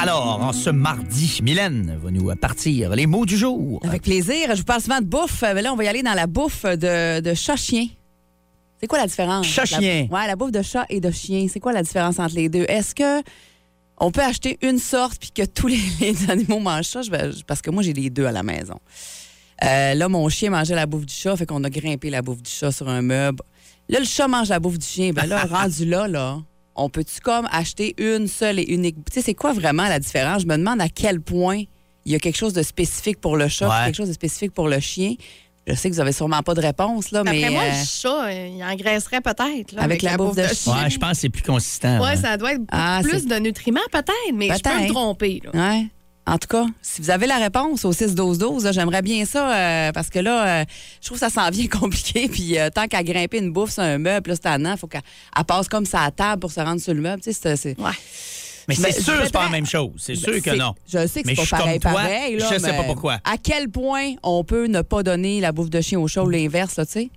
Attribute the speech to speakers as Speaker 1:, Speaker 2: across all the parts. Speaker 1: Alors, en ce mardi, Mylène va nous euh, partir les mots du jour.
Speaker 2: Avec plaisir. Je vous parle souvent de bouffe. Mais là, on va y aller dans la bouffe de, de chat-chien. C'est quoi la différence?
Speaker 1: Chat-chien.
Speaker 2: La, ouais, la bouffe de chat et de chien. C'est quoi la différence entre les deux? Est-ce que on peut acheter une sorte puis que tous les, les animaux mangent ça? Je vais- parce que moi, j'ai les deux à la maison. Euh, là, mon chien mangeait la bouffe du chat, fait qu'on a grimpé la bouffe du chat sur un meuble. Là, le chat mange la bouffe du chien. Ben là, rendu là, là, on peut-tu comme acheter une seule et unique? Tu sais, c'est quoi vraiment la différence? Je me demande à quel point il y a quelque chose de spécifique pour le chat,
Speaker 1: Ouais.
Speaker 2: puis quelque chose de spécifique pour le chien. Je sais que vous avez sûrement pas de réponse, là, mais.
Speaker 3: Après moi,
Speaker 2: euh,
Speaker 3: le chat, euh, il engraisserait peut-être. là,
Speaker 2: Avec la bouffe de chien.
Speaker 1: Ouais, je pense que c'est plus consistant.
Speaker 3: Ouais,
Speaker 1: hein.
Speaker 3: ça doit être beaucoup
Speaker 2: Ah, c'est-
Speaker 3: plus de nutriments peut-être, mais je peux
Speaker 2: Peut-être.
Speaker 3: me tromper. là.
Speaker 2: Ouais. En tout cas, si vous avez la réponse au 6-12-12, là, j'aimerais bien ça euh, parce que là, euh, je trouve que ça s'en vient compliqué. Puis euh, tant qu'à grimper une bouffe sur un meuble, là, c'est tannant. faut qu'elle elle passe comme ça à la table pour se rendre sur le meuble. Tu sais, c'est- c'est-
Speaker 3: Ouais.
Speaker 1: Mais
Speaker 2: Mais
Speaker 1: c'est
Speaker 2: je
Speaker 1: sûr que c'est pas
Speaker 2: mettrais-
Speaker 1: la même chose. C'est sûr que
Speaker 2: C'est-
Speaker 1: non.
Speaker 2: Je sais que
Speaker 1: Mais
Speaker 2: c'est
Speaker 1: je suis
Speaker 2: pas
Speaker 1: comme
Speaker 2: pareil,
Speaker 1: toi,
Speaker 2: pareil. là,
Speaker 1: je sais
Speaker 2: mais Ah,
Speaker 1: pas pourquoi.
Speaker 2: À quel point on peut ne pas donner la bouffe de chien au chat ou l'inverse, là, tu sais?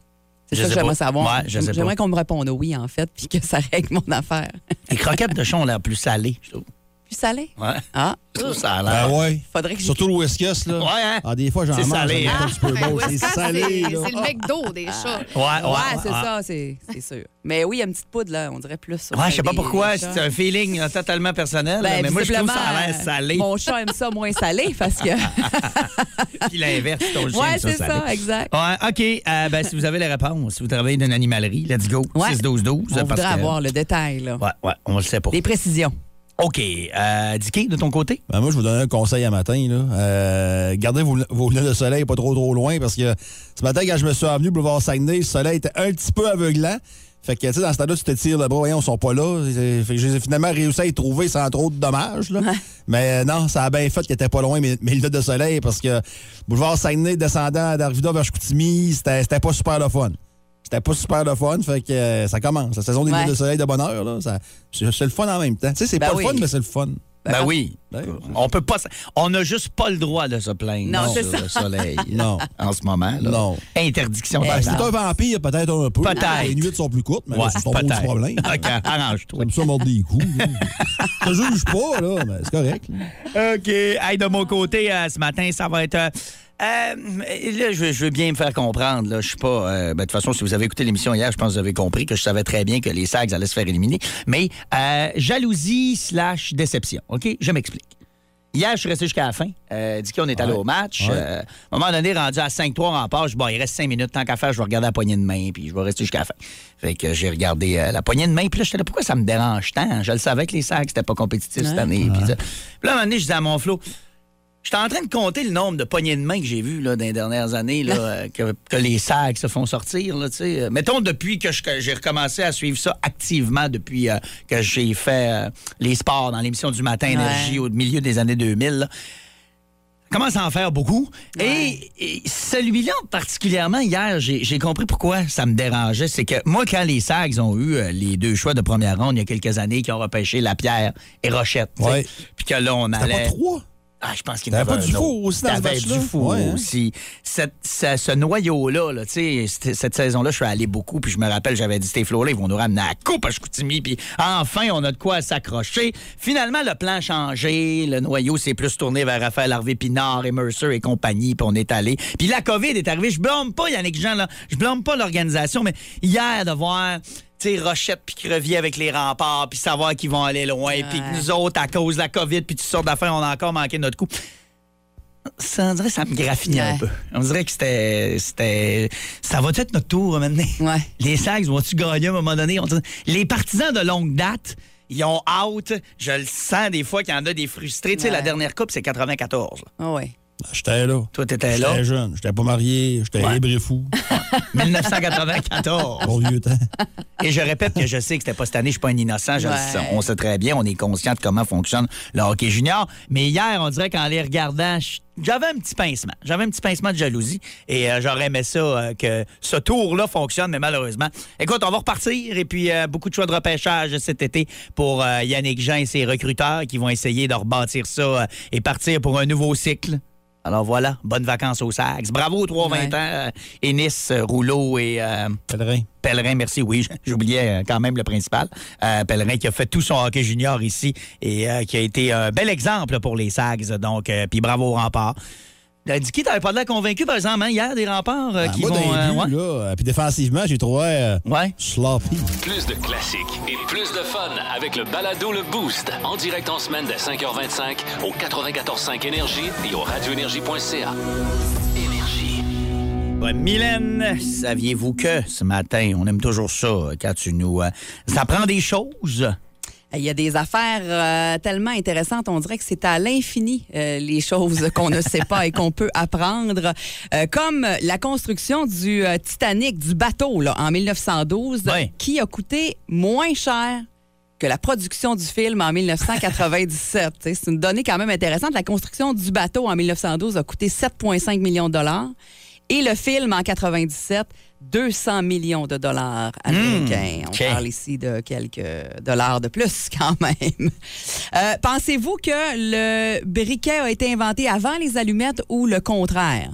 Speaker 2: C'est
Speaker 1: Je
Speaker 2: ça que
Speaker 1: sais pas.
Speaker 2: j'aimerais savoir.
Speaker 1: Ouais, je sais pas.
Speaker 2: j'aimerais qu'on me réponde oui, en fait, puis que ça règle mon affaire.
Speaker 1: Les croquettes de chat ont l'air plus salées, je trouve.
Speaker 2: Puis salé?
Speaker 1: Ouais.
Speaker 2: Ah,
Speaker 1: Je trouve ça a l'air.
Speaker 4: Ben ouais.
Speaker 2: faudrait que j'y
Speaker 4: Surtout le whiskas, là.
Speaker 1: Ouais, hein?
Speaker 4: Ah, des fois, j'en
Speaker 1: C'est
Speaker 4: mange.
Speaker 1: salé,
Speaker 4: j'en
Speaker 1: hein?
Speaker 4: mange un petit peu.
Speaker 3: Ben,
Speaker 4: Bon,
Speaker 3: ouais,
Speaker 4: c'est
Speaker 3: ça, c'est-
Speaker 4: salé, là.
Speaker 3: C'est le McDo des chats.
Speaker 1: Ouais, Ah, ouais.
Speaker 2: Ouais, c'est
Speaker 1: ouais.
Speaker 2: ça, c'est c'est sûr. Mais oui, il y a une petite poudre, là, on dirait plus. sur
Speaker 1: Ouais, je sais
Speaker 2: des-
Speaker 1: pas pourquoi.
Speaker 2: des
Speaker 1: C'est
Speaker 2: chats.
Speaker 1: un feeling euh, totalement personnel.
Speaker 2: Ben,
Speaker 1: là, mais moi, je trouve
Speaker 2: visiblement,
Speaker 1: ça a l'air
Speaker 2: euh,
Speaker 1: salé. Ah,
Speaker 2: Mon chat aime ça moins salé parce que.
Speaker 1: Puis l'inverse, ton chien,
Speaker 2: ouais,
Speaker 1: ça,
Speaker 2: c'est
Speaker 1: salé.
Speaker 2: ça, exact.
Speaker 1: Ouais, OK. Euh, ben, si vous avez les réponses, si vous travaillez dans une animalerie, let's go.
Speaker 2: Ouais.
Speaker 1: 6-12-12.
Speaker 2: On
Speaker 1: parce
Speaker 2: voudrait
Speaker 1: que-
Speaker 2: avoir le détail, là.
Speaker 1: Ouais, ouais, on le sait pas.
Speaker 2: Des précisions.
Speaker 1: OK. Euh, Dicky, de ton côté?
Speaker 4: Ben, moi, je vous donne un conseil à matin. Là. Euh, gardez vos, vos lunettes de soleil pas trop trop loin parce que ce matin, quand je me suis avenu boulevard Saguenay, le soleil était un petit peu aveuglant. Fait que, tu sais, dans ce temps-là, tu te tires le bras, voyons, ils sont pas là. Fait que J'ai finalement réussi à y trouver sans trop de dommages. là. Mais euh, non, ça a bien fait qu'il était pas loin, mes, mes lunettes de soleil, parce que boulevard Saguenay, descendant d'Arvida vers Chicoutimi, c'était c'était pas super le fun. C'était pas super le fun, fait que euh, ça commence. La saison des
Speaker 2: Ouais.
Speaker 4: lunettes de soleil de bonheur, là, ça- c'est c'est le fun en même temps. Tu sais, c'est
Speaker 2: Ben
Speaker 4: pas
Speaker 2: oui.
Speaker 4: le fun, mais c'est le fun.
Speaker 1: Ben, oui.
Speaker 4: Ben,
Speaker 1: On peut pas. s- On n'a juste pas le droit de se plaindre
Speaker 2: Non,
Speaker 1: sur
Speaker 2: c'est
Speaker 1: le soleil.
Speaker 4: Non.
Speaker 1: En ce moment, là.
Speaker 4: Non.
Speaker 1: Interdiction
Speaker 4: Ben, c'est
Speaker 1: totale.
Speaker 4: un vampire, peut-être un peu.
Speaker 1: Peut-être.
Speaker 4: Les nuits sont plus courtes, mais
Speaker 1: Ouais,
Speaker 4: c'est son gros
Speaker 1: peut-être.
Speaker 4: petit problème.
Speaker 1: OK, arrange-toi.
Speaker 4: Comme ça, mordre des coups. là. Je te juge pas, là, mais c'est correct. là.
Speaker 1: OK. Hey, de mon côté, euh, ce matin, ça va être. euh, euh, là, je, veux- je veux bien me faire comprendre. Là, je suis pas. euh, ben, de toute façon, si vous avez écouté l'émission hier, je pense que vous avez compris que je savais très bien que les Sags allaient se faire éliminer. Mais euh, jalousie slash déception. OK? Je m'explique. Hier, je suis resté jusqu'à la fin. Euh, dit qu'on est allé au match. Euh, à un moment donné, rendu à 5-3 en part, je dis, bon, il reste 5 minutes. Tant qu'à faire, je vais regarder la poignée de main, puis je vais rester jusqu'à la fin. Fait que j'ai regardé euh, la poignée de main, puis là, j'étais là, pourquoi ça me dérange tant? Je le savais que les sacs, c'était pas compétitif cette année. Puis ça. Puis là, à un moment donné, je disais à mon flot, J'étais en train de compter le nombre de poignées de main que j'ai vues là, dans les dernières années, là, euh, que, que les sacs se font sortir. Là, tu sais. Euh, Mettons depuis que je- que j'ai recommencé à suivre ça activement, depuis euh, que j'ai fait euh, les sports dans l'émission du matin Énergie au milieu des années 2000. là. Je Commence à en faire beaucoup. Et, et celui-là, particulièrement, hier, j'ai j'ai compris pourquoi ça me dérangeait. C'est que moi, quand les Sags ont eu euh, les deux choix de première ronde il y a quelques années, qui ont repêché Lapierre et Rochette, tu sais,
Speaker 4: Ouais.
Speaker 1: puis que là, on
Speaker 4: T'as
Speaker 1: allait...
Speaker 4: pas trois?
Speaker 1: Ah, je pense qu'il y en
Speaker 4: T'avais
Speaker 1: avait
Speaker 4: pas du
Speaker 1: un autre.
Speaker 4: four aussi dans ce
Speaker 1: T'avais
Speaker 4: match-là?
Speaker 1: du four
Speaker 4: Ouais, hein?
Speaker 1: aussi. Cette- ce- ce noyau-là, là, tu sais, c'était- cette saison-là, je suis allé beaucoup, puis je me rappelle, j'avais dit, ces flots-là, ils vont nous ramener à la coupe à Chicoutimi, puis enfin, on a de quoi s'accrocher. Finalement, le plan a changé, le noyau s'est plus tourné vers Raphaël Harvey Pinard et Mercer et compagnie, puis on est allé. Puis la COVID est arrivée, je blâme pas Yannick Jean, là, je blâme pas l'organisation, mais hier, de voir... tu sais, Rochette puis qui revient avec les remparts, puis savoir qu'ils vont aller loin, puis que nous autres, à cause de la COVID, puis toutes sortes d'affaires, on a encore manqué notre coup ça, on dirait que ça me graffinait un
Speaker 2: Ouais.
Speaker 1: peu. On dirait que c'était. c'était- Ça va être notre tour maintenant.
Speaker 2: Ouais.
Speaker 1: Les Sags vont-tu gagner à un moment donné? On dirait- Les partisans de longue date, ils ont out. Je le sens des fois qu'il y en a des frustrés. Tu sais,
Speaker 2: Ouais.
Speaker 1: la dernière coupe, c'est 94. là.
Speaker 2: Ah ouais.
Speaker 4: J'étais là.
Speaker 1: Toi, t'étais là.
Speaker 4: J'étais jeune. J'étais pas marié. J'étais libre et fou.
Speaker 1: 1994.
Speaker 4: Bon vieux temps.
Speaker 1: Et je répète que je sais que c'était pas cette année, je suis pas un innocent, je le
Speaker 2: Ouais.
Speaker 1: sais. on sait très bien, on est conscient de comment fonctionne le hockey junior. Mais hier, on dirait qu'en les regardant, je- j'avais un petit pincement. J'avais un petit pincement de jalousie et euh, j'aurais aimé ça euh, que ce tour-là fonctionne, mais malheureusement. Écoute, on va repartir et puis euh, beaucoup de choix de repêchage cet été pour euh, Yannick Jean et ses recruteurs qui vont essayer de rebâtir ça euh, et partir pour un nouveau cycle. Alors voilà, bonnes vacances aux Sags. Bravo aux 3-20
Speaker 2: Ouais.
Speaker 1: ans, euh, Ennis, euh, Rouleau et... euh,
Speaker 4: Pèlerin.
Speaker 1: Pellerin, merci. Oui, j'oubliais euh, quand même le principal. Euh, Pellerin qui a fait tout son hockey junior ici et euh, qui a été un bel exemple pour les Sags. Donc, euh, puis bravo aux remparts. Euh, Dicky, t'avais pas l'air convaincu, par exemple, hein, hier, des remparts euh,
Speaker 4: Ah,
Speaker 1: qui
Speaker 4: moi,
Speaker 1: vont.
Speaker 4: dans les
Speaker 1: euh,
Speaker 4: buts,
Speaker 1: ouais.
Speaker 4: là, euh, puis défensivement, j'ai trouvé euh,
Speaker 1: Ouais.
Speaker 4: sloppy.
Speaker 5: Plus de classiques et plus de fun avec le balado Le Boost. En direct en semaine dès 5h25 au 94.5 Énergie et au radioénergie.ca. Énergie.
Speaker 1: Ouais, Mylène, saviez-vous que ce matin, on aime toujours ça euh, quand tu nous euh, apprends des choses?
Speaker 2: Il y a des affaires euh, tellement intéressantes, on dirait que c'est à l'infini euh, les choses qu'on ne sait pas et qu'on peut apprendre, Euh, comme la construction du euh, Titanic, du bateau là, en 1912,
Speaker 1: Ouais.
Speaker 2: qui a coûté moins cher que la production du film en 1997. Tu sais, c'est une donnée quand même intéressante. La construction du bateau en 1912 a coûté 7,5 millions de dollars et le film en 97, 200 millions de dollars américains. On
Speaker 1: OK.
Speaker 2: parle ici de quelques dollars de plus quand même. Euh, Pensez-vous que le briquet a été inventé avant les allumettes ou le contraire?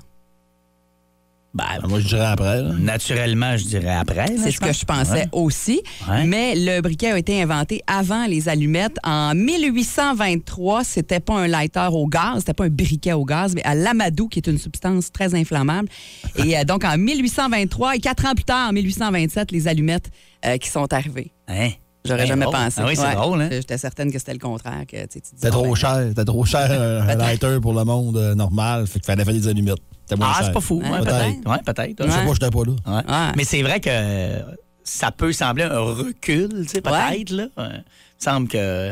Speaker 1: Ben,
Speaker 4: Moi, je dirais après. là.
Speaker 1: naturellement, je dirais après. là,
Speaker 2: C'est ce que
Speaker 1: pense.
Speaker 2: je pensais aussi.
Speaker 1: Ouais.
Speaker 2: Mais le briquet a été inventé avant les allumettes. En 1823, c'était pas un lighter au gaz, c'était pas un briquet au gaz, mais à l'amadou, qui est une substance très inflammable. Et euh, donc, en 1823, et quatre ans plus tard, en 1827, les allumettes euh, qui sont arrivées.
Speaker 1: Hein?
Speaker 2: J'aurais
Speaker 1: Ben,
Speaker 2: jamais
Speaker 1: drôle.
Speaker 2: pensé.
Speaker 1: Ah oui, c'est
Speaker 2: Ouais.
Speaker 1: drôle, hein?
Speaker 2: J'étais certaine que c'était le contraire. que, tu sais, tu dis,
Speaker 4: C'était
Speaker 2: bon, ben,
Speaker 4: trop cher. C'était trop cher euh, un lighter pour le monde euh, normal. Fait qu'il fallait faire des allumettes. C'était moins
Speaker 1: Ah,
Speaker 4: cher.
Speaker 1: c'est pas fou.
Speaker 2: Ouais,
Speaker 1: ouais, peut-être.
Speaker 2: peut-être.
Speaker 1: Ouais, peut-être.
Speaker 4: Je sais pas, j'étais pas là.
Speaker 1: Ouais.
Speaker 2: Ouais.
Speaker 1: Mais c'est vrai que euh, ça peut sembler un recul, tu sais, peut-être. là. Euh, Il me semble que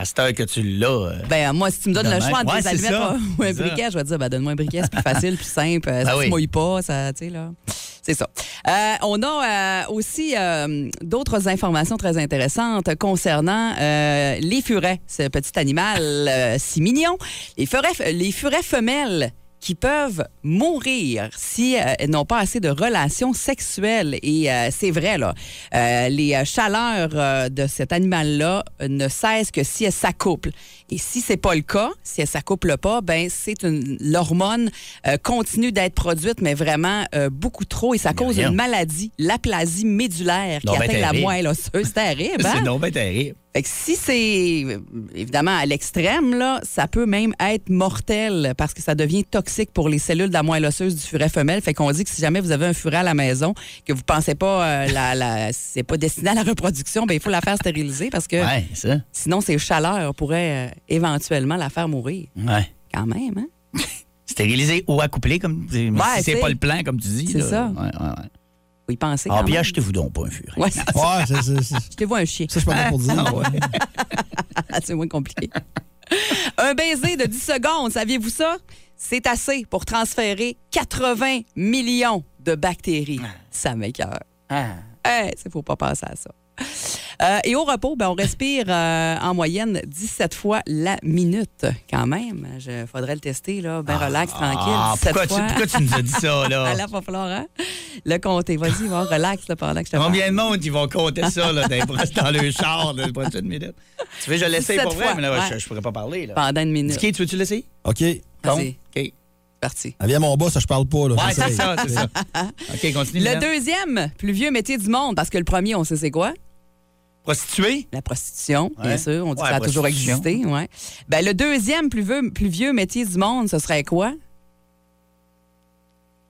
Speaker 1: à cette heure que tu l'as. euh,
Speaker 2: Ben, moi, si tu me donnes le
Speaker 1: Dommage.
Speaker 2: choix entre
Speaker 1: Ouais,
Speaker 2: des
Speaker 1: c'est
Speaker 2: allumettes
Speaker 1: ça.
Speaker 2: ou un
Speaker 1: C'est ça. Ben
Speaker 2: briquet, je vais te dire, ben, donne-moi un briquet, c'est plus facile, plus simple, Euh, ça
Speaker 1: oui.
Speaker 2: se mouille pas, ça, tu sais, là. C'est ça. Euh, on a euh, aussi euh, d'autres informations très intéressantes concernant euh, les furets, ce petit animal euh, si mignon. Les furets, les furets femelles qui peuvent mourir si euh, elles n'ont pas assez de relations sexuelles. Et euh, c'est vrai, là. Euh, les euh, chaleurs euh, de cet animal-là ne cessent que si elles s'accouplent. Et si c'est pas le cas, si elles s'accouplent pas, ben c'est une l'hormone euh, continue d'être produite, mais vraiment euh, beaucoup trop. Et ça cause
Speaker 1: rien.
Speaker 2: une maladie, l'aplasie médulaire,
Speaker 1: Non,
Speaker 2: qui
Speaker 1: ben,
Speaker 2: atteint la
Speaker 1: terrible.
Speaker 2: moelle osseuse. C'est terrible, hein?
Speaker 1: C'est non ben terrible.
Speaker 2: Fait que si c'est euh, évidemment à l'extrême, là, ça peut même être mortel parce que ça devient toxique pour les cellules de la moelle osseuse du furet femelle. Fait qu'on dit que si jamais vous avez un furet à la maison, que vous pensez pas euh, la, la- c'est pas destiné à la reproduction, ben il faut la faire stériliser parce que
Speaker 1: Ouais, ça.
Speaker 2: sinon ces chaleurs pourraient euh, éventuellement la faire mourir.
Speaker 1: Ouais.
Speaker 2: Quand même, hein?
Speaker 1: Stériliser ou accouplé, comme tu dis.
Speaker 2: Ouais,
Speaker 1: si c'est
Speaker 2: c'est-
Speaker 1: pas le plan, comme tu dis.
Speaker 2: c'est
Speaker 1: là.
Speaker 2: ça.
Speaker 1: Ouais, ouais, ouais.
Speaker 2: Faut y penser
Speaker 1: Ah,
Speaker 2: quand
Speaker 1: puis
Speaker 2: même.
Speaker 1: achetez-vous donc pas un furet.
Speaker 2: Ouais, c'est-
Speaker 4: Ouais, c'est- c'est- c'est-
Speaker 2: je te vois un chien.
Speaker 4: ça, je suis pas là pour dire.
Speaker 1: Ah, ouais.
Speaker 2: Ah, c'est moins compliqué. un baiser de 10 secondes, saviez-vous ça? C'est assez pour transférer 80 millions de bactéries. Ça m'écœure. Hey, c'est faut pas passer à ça. Euh, et au repos, ben, on respire euh, en moyenne 17 fois la minute quand même. Je faudrait le tester, là. Ben relax, tranquille.
Speaker 1: Ah,
Speaker 2: 17
Speaker 1: pourquoi,
Speaker 2: fois.
Speaker 1: tu, pourquoi tu nous as dit ça,
Speaker 2: Ah,
Speaker 1: là?
Speaker 2: là, pas falloir, hein? Le compter. Vas-y, va, relax là, pendant que je te parle.
Speaker 1: Combien de monde ils vont compter ça là, dans, les proches- dans le char là, les prochaines minutes? Tu veux que je l'essaye
Speaker 2: Sept
Speaker 1: pour vrai,
Speaker 2: fois,
Speaker 1: mais là,
Speaker 2: ouais.
Speaker 1: je, je pourrais pas parler. Là.
Speaker 2: Pendant une minute.
Speaker 1: Dicky, tu veux-tu l'essayer?
Speaker 4: OK.
Speaker 2: Vas-y.
Speaker 1: Donc, OK.
Speaker 2: Parti.
Speaker 4: Elle vient mon boss, je parle pas. Là,
Speaker 1: Ouais,
Speaker 4: J'essaye.
Speaker 1: c'est ça, c'est ça. OK, continue.
Speaker 2: Le
Speaker 1: Mylène.
Speaker 2: deuxième plus vieux métier du monde, parce que le premier, on sait c'est quoi?
Speaker 1: Prostituée?
Speaker 2: La prostitution,
Speaker 1: Ouais.
Speaker 2: bien sûr. On dit
Speaker 1: Ouais,
Speaker 2: que ça a toujours
Speaker 1: prostitution.
Speaker 2: existé. Ouais. Ben, le deuxième plus vieux, plus vieux métier du monde, ce serait quoi?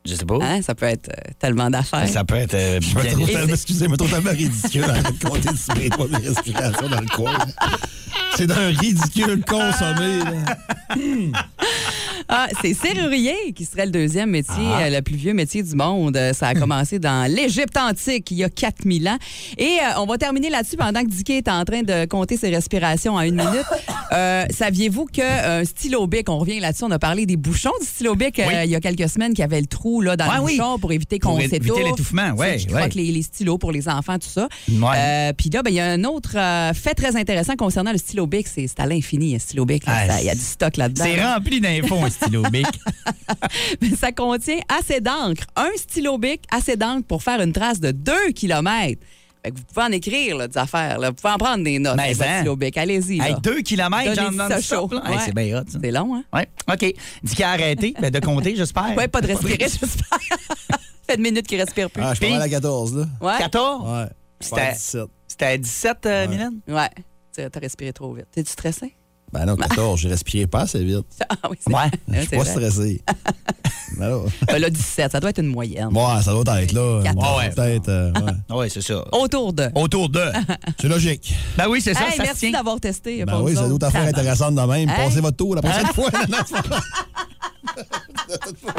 Speaker 1: Je sais pas.
Speaker 2: Hein? Ça peut être euh, tellement d'affaires.
Speaker 1: Ça peut être euh,
Speaker 4: Je me
Speaker 1: bien-
Speaker 4: trouve
Speaker 2: Et
Speaker 4: tellement-
Speaker 2: c'est-
Speaker 4: Excusez-moi, trop tellement ridicule à compter sur mes trois mes respirations dans le coin. C'est d'un ridicule consommé. là.
Speaker 2: Ah, c'est serrurier qui serait le deuxième métier,
Speaker 1: Ah.
Speaker 2: euh, le plus vieux métier du monde. Euh, Ça a
Speaker 1: Hmm.
Speaker 2: commencé dans l'Égypte antique il y a 4000 ans. Et euh, on va terminer là-dessus pendant que Dicky est en train de compter ses respirations en une minute. Euh, Saviez-vous que euh, un stylo bic, on revient là-dessus, on a parlé des bouchons du stylo bic euh,
Speaker 1: Oui.
Speaker 2: il y a quelques semaines qui avait le trou là, dans
Speaker 1: Ouais,
Speaker 2: le
Speaker 1: oui.
Speaker 2: bouchon pour éviter qu'on
Speaker 1: Pour éviter
Speaker 2: s'étouffe.
Speaker 1: l'étouffement, ouais,
Speaker 2: Je
Speaker 1: ouais.
Speaker 2: crois que les, les stylos pour les enfants, tout ça.
Speaker 1: Ouais.
Speaker 2: Euh, Puis là, ben, il y a un autre euh, fait très intéressant concernant le stylo bic. C'est c'est à l'infini, un stylo bic. là.
Speaker 1: Ah,
Speaker 2: Ça- Il y a du stock là-dedans.
Speaker 1: C'est rempli d'infos, un stylo bic.
Speaker 2: Mais ça contient assez d'encre. Un stylo bic, assez d'encre pour faire une trace de 2 km. vous pouvez en écrire là, des affaires. là. Vous pouvez en prendre des notes.
Speaker 1: Mais
Speaker 2: avec votre
Speaker 1: hein.
Speaker 2: stylo bic. Allez-y.
Speaker 1: Hey,
Speaker 2: là.
Speaker 1: deux kilomètres, j'en
Speaker 2: Donnez-y
Speaker 1: donne
Speaker 2: ça
Speaker 1: ça.
Speaker 2: chaud.
Speaker 1: là. Hey,
Speaker 2: Ouais.
Speaker 1: C'est bien hot, ça.
Speaker 2: C'est long, hein?
Speaker 1: Oui, OK. Dis qu'il a arrêté ben, de compter, j'espère.
Speaker 2: Ouais, pas de respirer, j'espère. Ça fait une minute qu'il respire plus.
Speaker 4: Ah, je suis pas mal à 14, là.
Speaker 2: ouais.
Speaker 1: 14?
Speaker 4: Ouais.
Speaker 1: C'était-
Speaker 4: Pas à 17.
Speaker 1: C'était à 17, euh, Mylène?
Speaker 2: Ouais. T'as t'as respiré trop vite. T'es-tu stressé?
Speaker 4: Ben non, 14, je respirais pas assez vite.
Speaker 2: Ah oui, c'est
Speaker 1: Ouais.
Speaker 4: Je suis
Speaker 2: c'est
Speaker 4: pas
Speaker 2: vrai.
Speaker 4: stressé. Ben non.
Speaker 2: Ben là, 17, ça doit être une moyenne.
Speaker 4: Ouais, ça doit être là.
Speaker 2: Quatorze.
Speaker 4: Ouais, Peut-être. euh, ouais.
Speaker 1: Oui, c'est ça.
Speaker 2: Autour de.
Speaker 1: Autour de.
Speaker 4: C'est logique.
Speaker 1: Ben oui, c'est Oh, ça,
Speaker 2: Oh. Hey,
Speaker 1: ça se
Speaker 2: merci
Speaker 1: tient.
Speaker 2: d'avoir testé.
Speaker 4: Ben
Speaker 2: pour
Speaker 4: oui,
Speaker 2: nous
Speaker 4: c'est
Speaker 2: autres.
Speaker 4: d'autres affaires
Speaker 2: Ça marche.
Speaker 4: intéressantes de même.
Speaker 2: Hey.
Speaker 4: Passez votre tour la prochaine fois. Non, c'est pas-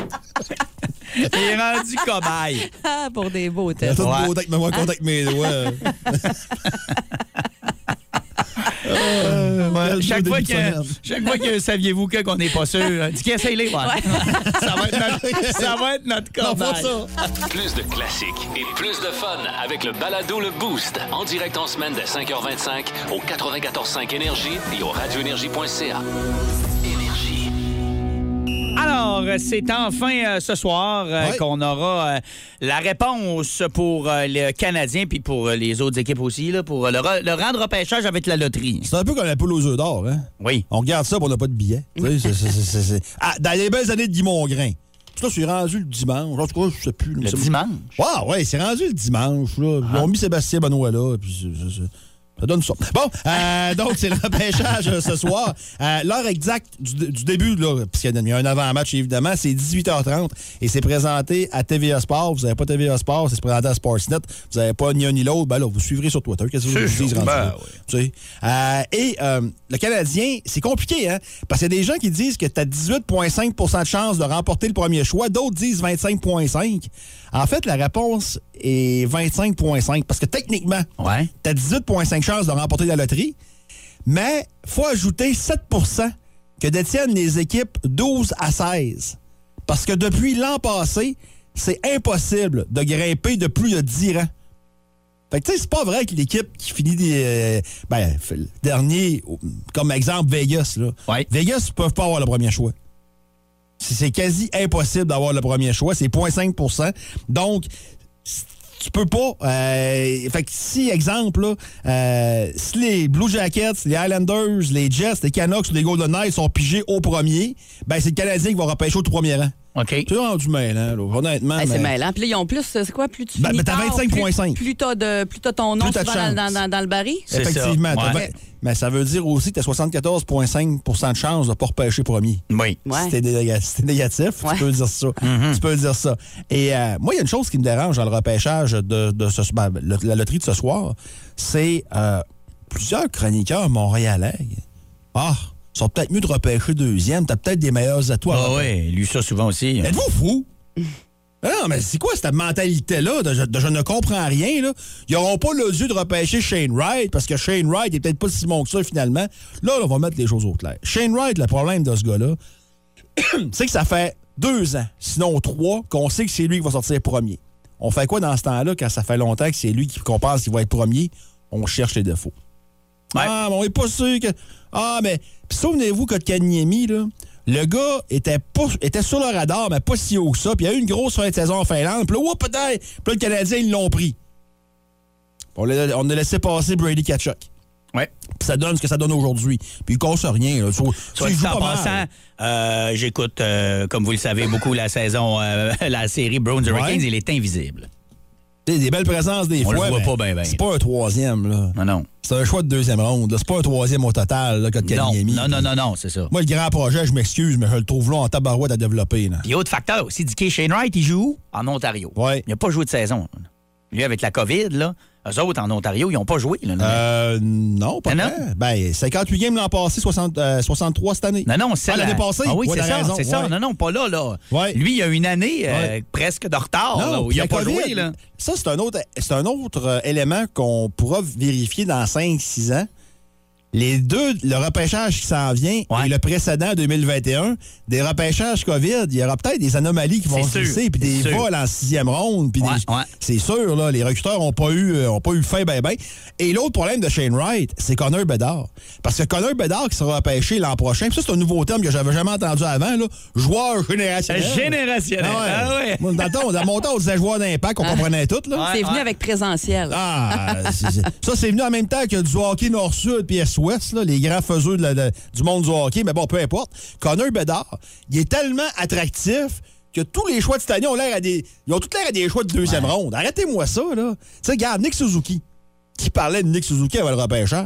Speaker 1: Il est rendu cobaye.
Speaker 2: Ah, pour des beaux
Speaker 4: Il y a
Speaker 2: tests.
Speaker 4: tout
Speaker 1: Ouais.
Speaker 4: beau avec moi, contact mes doigts. Euh, ouais, le
Speaker 1: Chaque
Speaker 4: début
Speaker 1: fois
Speaker 4: de
Speaker 1: que,
Speaker 4: semaine.
Speaker 1: chaque fois que saviez-vous que qu'on n'est pas sûr, hein? dis qu'essaye les voir. ça, va être notre- ça va être notre
Speaker 4: Non, pas
Speaker 1: cobaye.
Speaker 4: ça.
Speaker 5: Plus de classiques et plus de fun avec le balado Le Boost. En direct en semaine dès 5h25 au 94.5 Énergie et au radioénergie.ca. Énergie.
Speaker 1: Alors, euh, c'est enfin euh, ce soir euh,
Speaker 4: Ouais.
Speaker 1: qu'on aura euh, la réponse pour euh, le Canadien puis pour euh, les autres équipes aussi, là, pour euh, le, re- le rang de repêchage avec la loterie.
Speaker 4: C'est un peu comme la poule aux œufs d'or. Hein?
Speaker 1: Oui.
Speaker 4: On regarde ça, puis on n'a pas de billets. Tu sais, c'est- c'est- c'est- c'est- Ah, dans les belles années de Guy Mongrain. Puis là, c'est rendu le dimanche. En tout cas, je sais plus.
Speaker 1: Le
Speaker 4: C'est-
Speaker 1: dimanche. Ah.
Speaker 4: Ouais, ouais, c'est rendu le dimanche. Là. Ils ont mis Sébastien Benoît là, puis c'est- c'est- c'est- ça donne ça. Bon, euh, donc c'est le repêchage euh, ce soir. Euh, L'heure exacte du, du début, là, puisqu'il y a- il y a un avant-match évidemment, c'est 18h30 et c'est présenté à TVA Sport. Vous n'avez pas TVA Sport, c'est présenté à Sportsnet. Vous n'avez pas ni un ni l'autre, ben là, vous suivrez sur Twitter. Qu'est-ce que vous
Speaker 1: C'est
Speaker 4: vous dites
Speaker 1: sûr,
Speaker 4: rendu
Speaker 1: ben
Speaker 4: là? Tu sais. Euh, et euh, le Canadien, c'est compliqué, hein? Parce qu'il y a des gens qui disent que tu as 18,5 de chance de remporter le premier choix. D'autres disent 25,5 En fait, la réponse est 25,5 Parce que techniquement,
Speaker 1: Ouais.
Speaker 4: tu as 18,5 chances de remporter la loterie. Mais faut ajouter 7 que détiennent les équipes 12 à 16. Parce que depuis l'an passé, c'est impossible de grimper de plus de 10 rangs. Fait que, tu sais, c'est pas vrai que l'équipe qui finit des, euh, ben, f- le dernier, au- comme exemple, Vegas, là.
Speaker 1: Ouais.
Speaker 4: Vegas ne peuvent pas avoir le premier choix. C'est c'est quasi impossible d'avoir le premier choix. C'est 0,5 Donc, si- tu peux pas. euh, fait que si, exemple, là, euh, si les Blue Jackets, les Highlanders, les Jets, les Canucks ou les Golden Knights sont pigés au premier, ben c'est le Canadien qui va repêcher au premier rang.
Speaker 1: OK.
Speaker 4: Tu as rendu mêlant, là, honnêtement.
Speaker 2: Hey, Ben, c'est
Speaker 4: Ah, mais-
Speaker 2: mêlant. Puis là, ils ont plus, euh, c'est quoi, plus tu
Speaker 4: Ben,
Speaker 2: finis
Speaker 4: ben, t'as
Speaker 2: tard,
Speaker 4: 25,5.
Speaker 2: Plus, plus t'as de- plus t'as ton nom
Speaker 4: Plus t'as de
Speaker 2: souvent dans,
Speaker 4: chance.
Speaker 2: dans- dans le baril.
Speaker 1: C'est ça.
Speaker 4: Effectivement. t'as
Speaker 1: Ouais.
Speaker 4: vingt- Mais ça veut dire aussi que tu as 74,5 de chance de ne pas repêcher premier.
Speaker 1: Oui.
Speaker 2: Ouais.
Speaker 4: Si t'es néga- si t'es négatif,
Speaker 2: Ouais. Mhm.
Speaker 4: tu peux dire ça. Tu peux dire ça. Et euh, moi, il y a une chose qui me dérange dans le repêchage de, de ce, ben, le- la loterie de ce soir, c'est euh, plusieurs chroniqueurs montréalais. Ah, ils sont peut-être mieux de repêcher deuxième. T'as peut-être des meilleurs atouts. à
Speaker 1: Ah
Speaker 4: repêcher.
Speaker 1: oui, lui ça souvent aussi.
Speaker 4: Êtes-vous fou? Non, mais c'est quoi cette mentalité-là de, je- de je ne comprends rien? Là? Ils n'auront pas le yeux de repêcher Shane Wright parce que Shane Wright est peut-être pas si bon que ça finalement. Là, là, on va mettre les choses au clair. Shane Wright, le problème de ce gars-là, c'est que ça fait deux ans, sinon trois, qu'on sait que c'est lui qui va sortir premier. On fait quoi dans ce temps-là quand ça fait longtemps que c'est lui qui- qu'on pense qu'il va être premier? On cherche les défauts.
Speaker 1: Ouais.
Speaker 4: Ah, mais on n'est pas sûr que. Ah, mais. Puis souvenez-vous que Kanyemi, là, le gars était, pas, était sur le radar, mais pas si haut que ça. Puis il y a eu une grosse fin de saison en Finlande. Puis là, oups, peut-être. Puis là, le Canadien, ils l'ont pris. On l'a- on a laissé passer Brady Kachuk.
Speaker 1: Ouais.
Speaker 4: Puis ça donne ce que ça donne aujourd'hui. Puis il casse rien. Là. Tu,
Speaker 1: Soit
Speaker 4: tu
Speaker 1: dit
Speaker 4: joues
Speaker 1: en
Speaker 4: pas mal.
Speaker 1: passant, euh, j'écoute, euh, comme vous le savez, beaucoup la saison, euh, la série Browns Hurricanes,
Speaker 4: Ouais.
Speaker 1: il est invisible.
Speaker 4: T'sais, des belles présences des
Speaker 1: On le
Speaker 4: fois.
Speaker 1: voit
Speaker 4: mais
Speaker 1: pas ben, ben.
Speaker 4: C'est pas un troisième, là.
Speaker 1: Non, non.
Speaker 4: C'est un choix de deuxième ronde. là. C'est pas un troisième au total, là, que
Speaker 1: Non,
Speaker 4: Kanyemi.
Speaker 1: non, non, non, non, c'est ça.
Speaker 4: Moi, le grand projet, je m'excuse, mais je le trouve là en tabarouette à développer. Là.
Speaker 1: Puis autre facteur aussi, Dicky Shane Wright, il joue où? En Ontario.
Speaker 4: Ouais.
Speaker 1: Il n'a pas joué de saison. Lui, avec la COVID, là, Eux autres, en Ontario, ils n'ont pas joué. là, non?
Speaker 4: Euh, non, pas
Speaker 1: Non,
Speaker 4: tant. Ben, 58 games l'an passé, 60, euh, 63 cette année.
Speaker 1: Non, non, c'est
Speaker 4: Ah,
Speaker 1: la-
Speaker 4: l'année passée.
Speaker 1: Ah oui,
Speaker 4: Ouais,
Speaker 1: c'est
Speaker 4: t'as
Speaker 1: ça,
Speaker 4: raison,
Speaker 1: c'est ça.
Speaker 4: ouais.
Speaker 1: Non, non, pas là, là.
Speaker 4: Ouais.
Speaker 1: Lui, il a une année euh,
Speaker 4: Ouais.
Speaker 1: presque de retard, là, où
Speaker 4: puis
Speaker 1: il
Speaker 4: la
Speaker 1: n'a pas
Speaker 4: COVID,
Speaker 1: joué, là.
Speaker 4: Ça, c'est un autre, c'est un autre euh, élément qu'on pourra vérifier dans 5-6 ans. Les deux, le repêchage qui s'en vient
Speaker 1: Ouais.
Speaker 4: et le précédent 2021, des repêchages COVID, il y aura peut-être des anomalies qui vont
Speaker 1: C'est
Speaker 4: se
Speaker 1: sûr,
Speaker 4: glisser, puis des
Speaker 1: c'est sûr.
Speaker 4: vols en sixième ronde. puis
Speaker 1: Ouais,
Speaker 4: des-
Speaker 1: ouais.
Speaker 4: C'est sûr, là, les recruteurs n'ont pas, eu, euh, ont pas eu faim, ben, ben. Et l'autre problème de Shane Wright, c'est Connor Bedard. Parce que Connor Bedard qui sera repêché l'an prochain, puis ça, c'est un nouveau terme que j'avais jamais entendu avant, là, joueur générationnel.
Speaker 1: Générationnel. Ah ouais.
Speaker 4: Moi, dans, le temps, dans mon temps, on disait joueur d'impact, on comprenait tout. Là.
Speaker 2: C'est venu
Speaker 1: ouais.
Speaker 2: avec présentiel.
Speaker 4: Ah, c'est- c'est- ça, c'est venu en même temps que du hockey Nord-Sud puis Est-Ouest, là, les grands faiseux de la- de- du monde du hockey. Mais bon, peu importe. Connor Bedard, il est tellement attractif que tous les choix de cette année ont l'air à des. Ils ont tous l'air à des choix de deuxième ronde. Arrêtez-moi ça, là. Tu sais, regarde, Nick Suzuki. Qui parlait de Nick Suzuki avant le repêchage?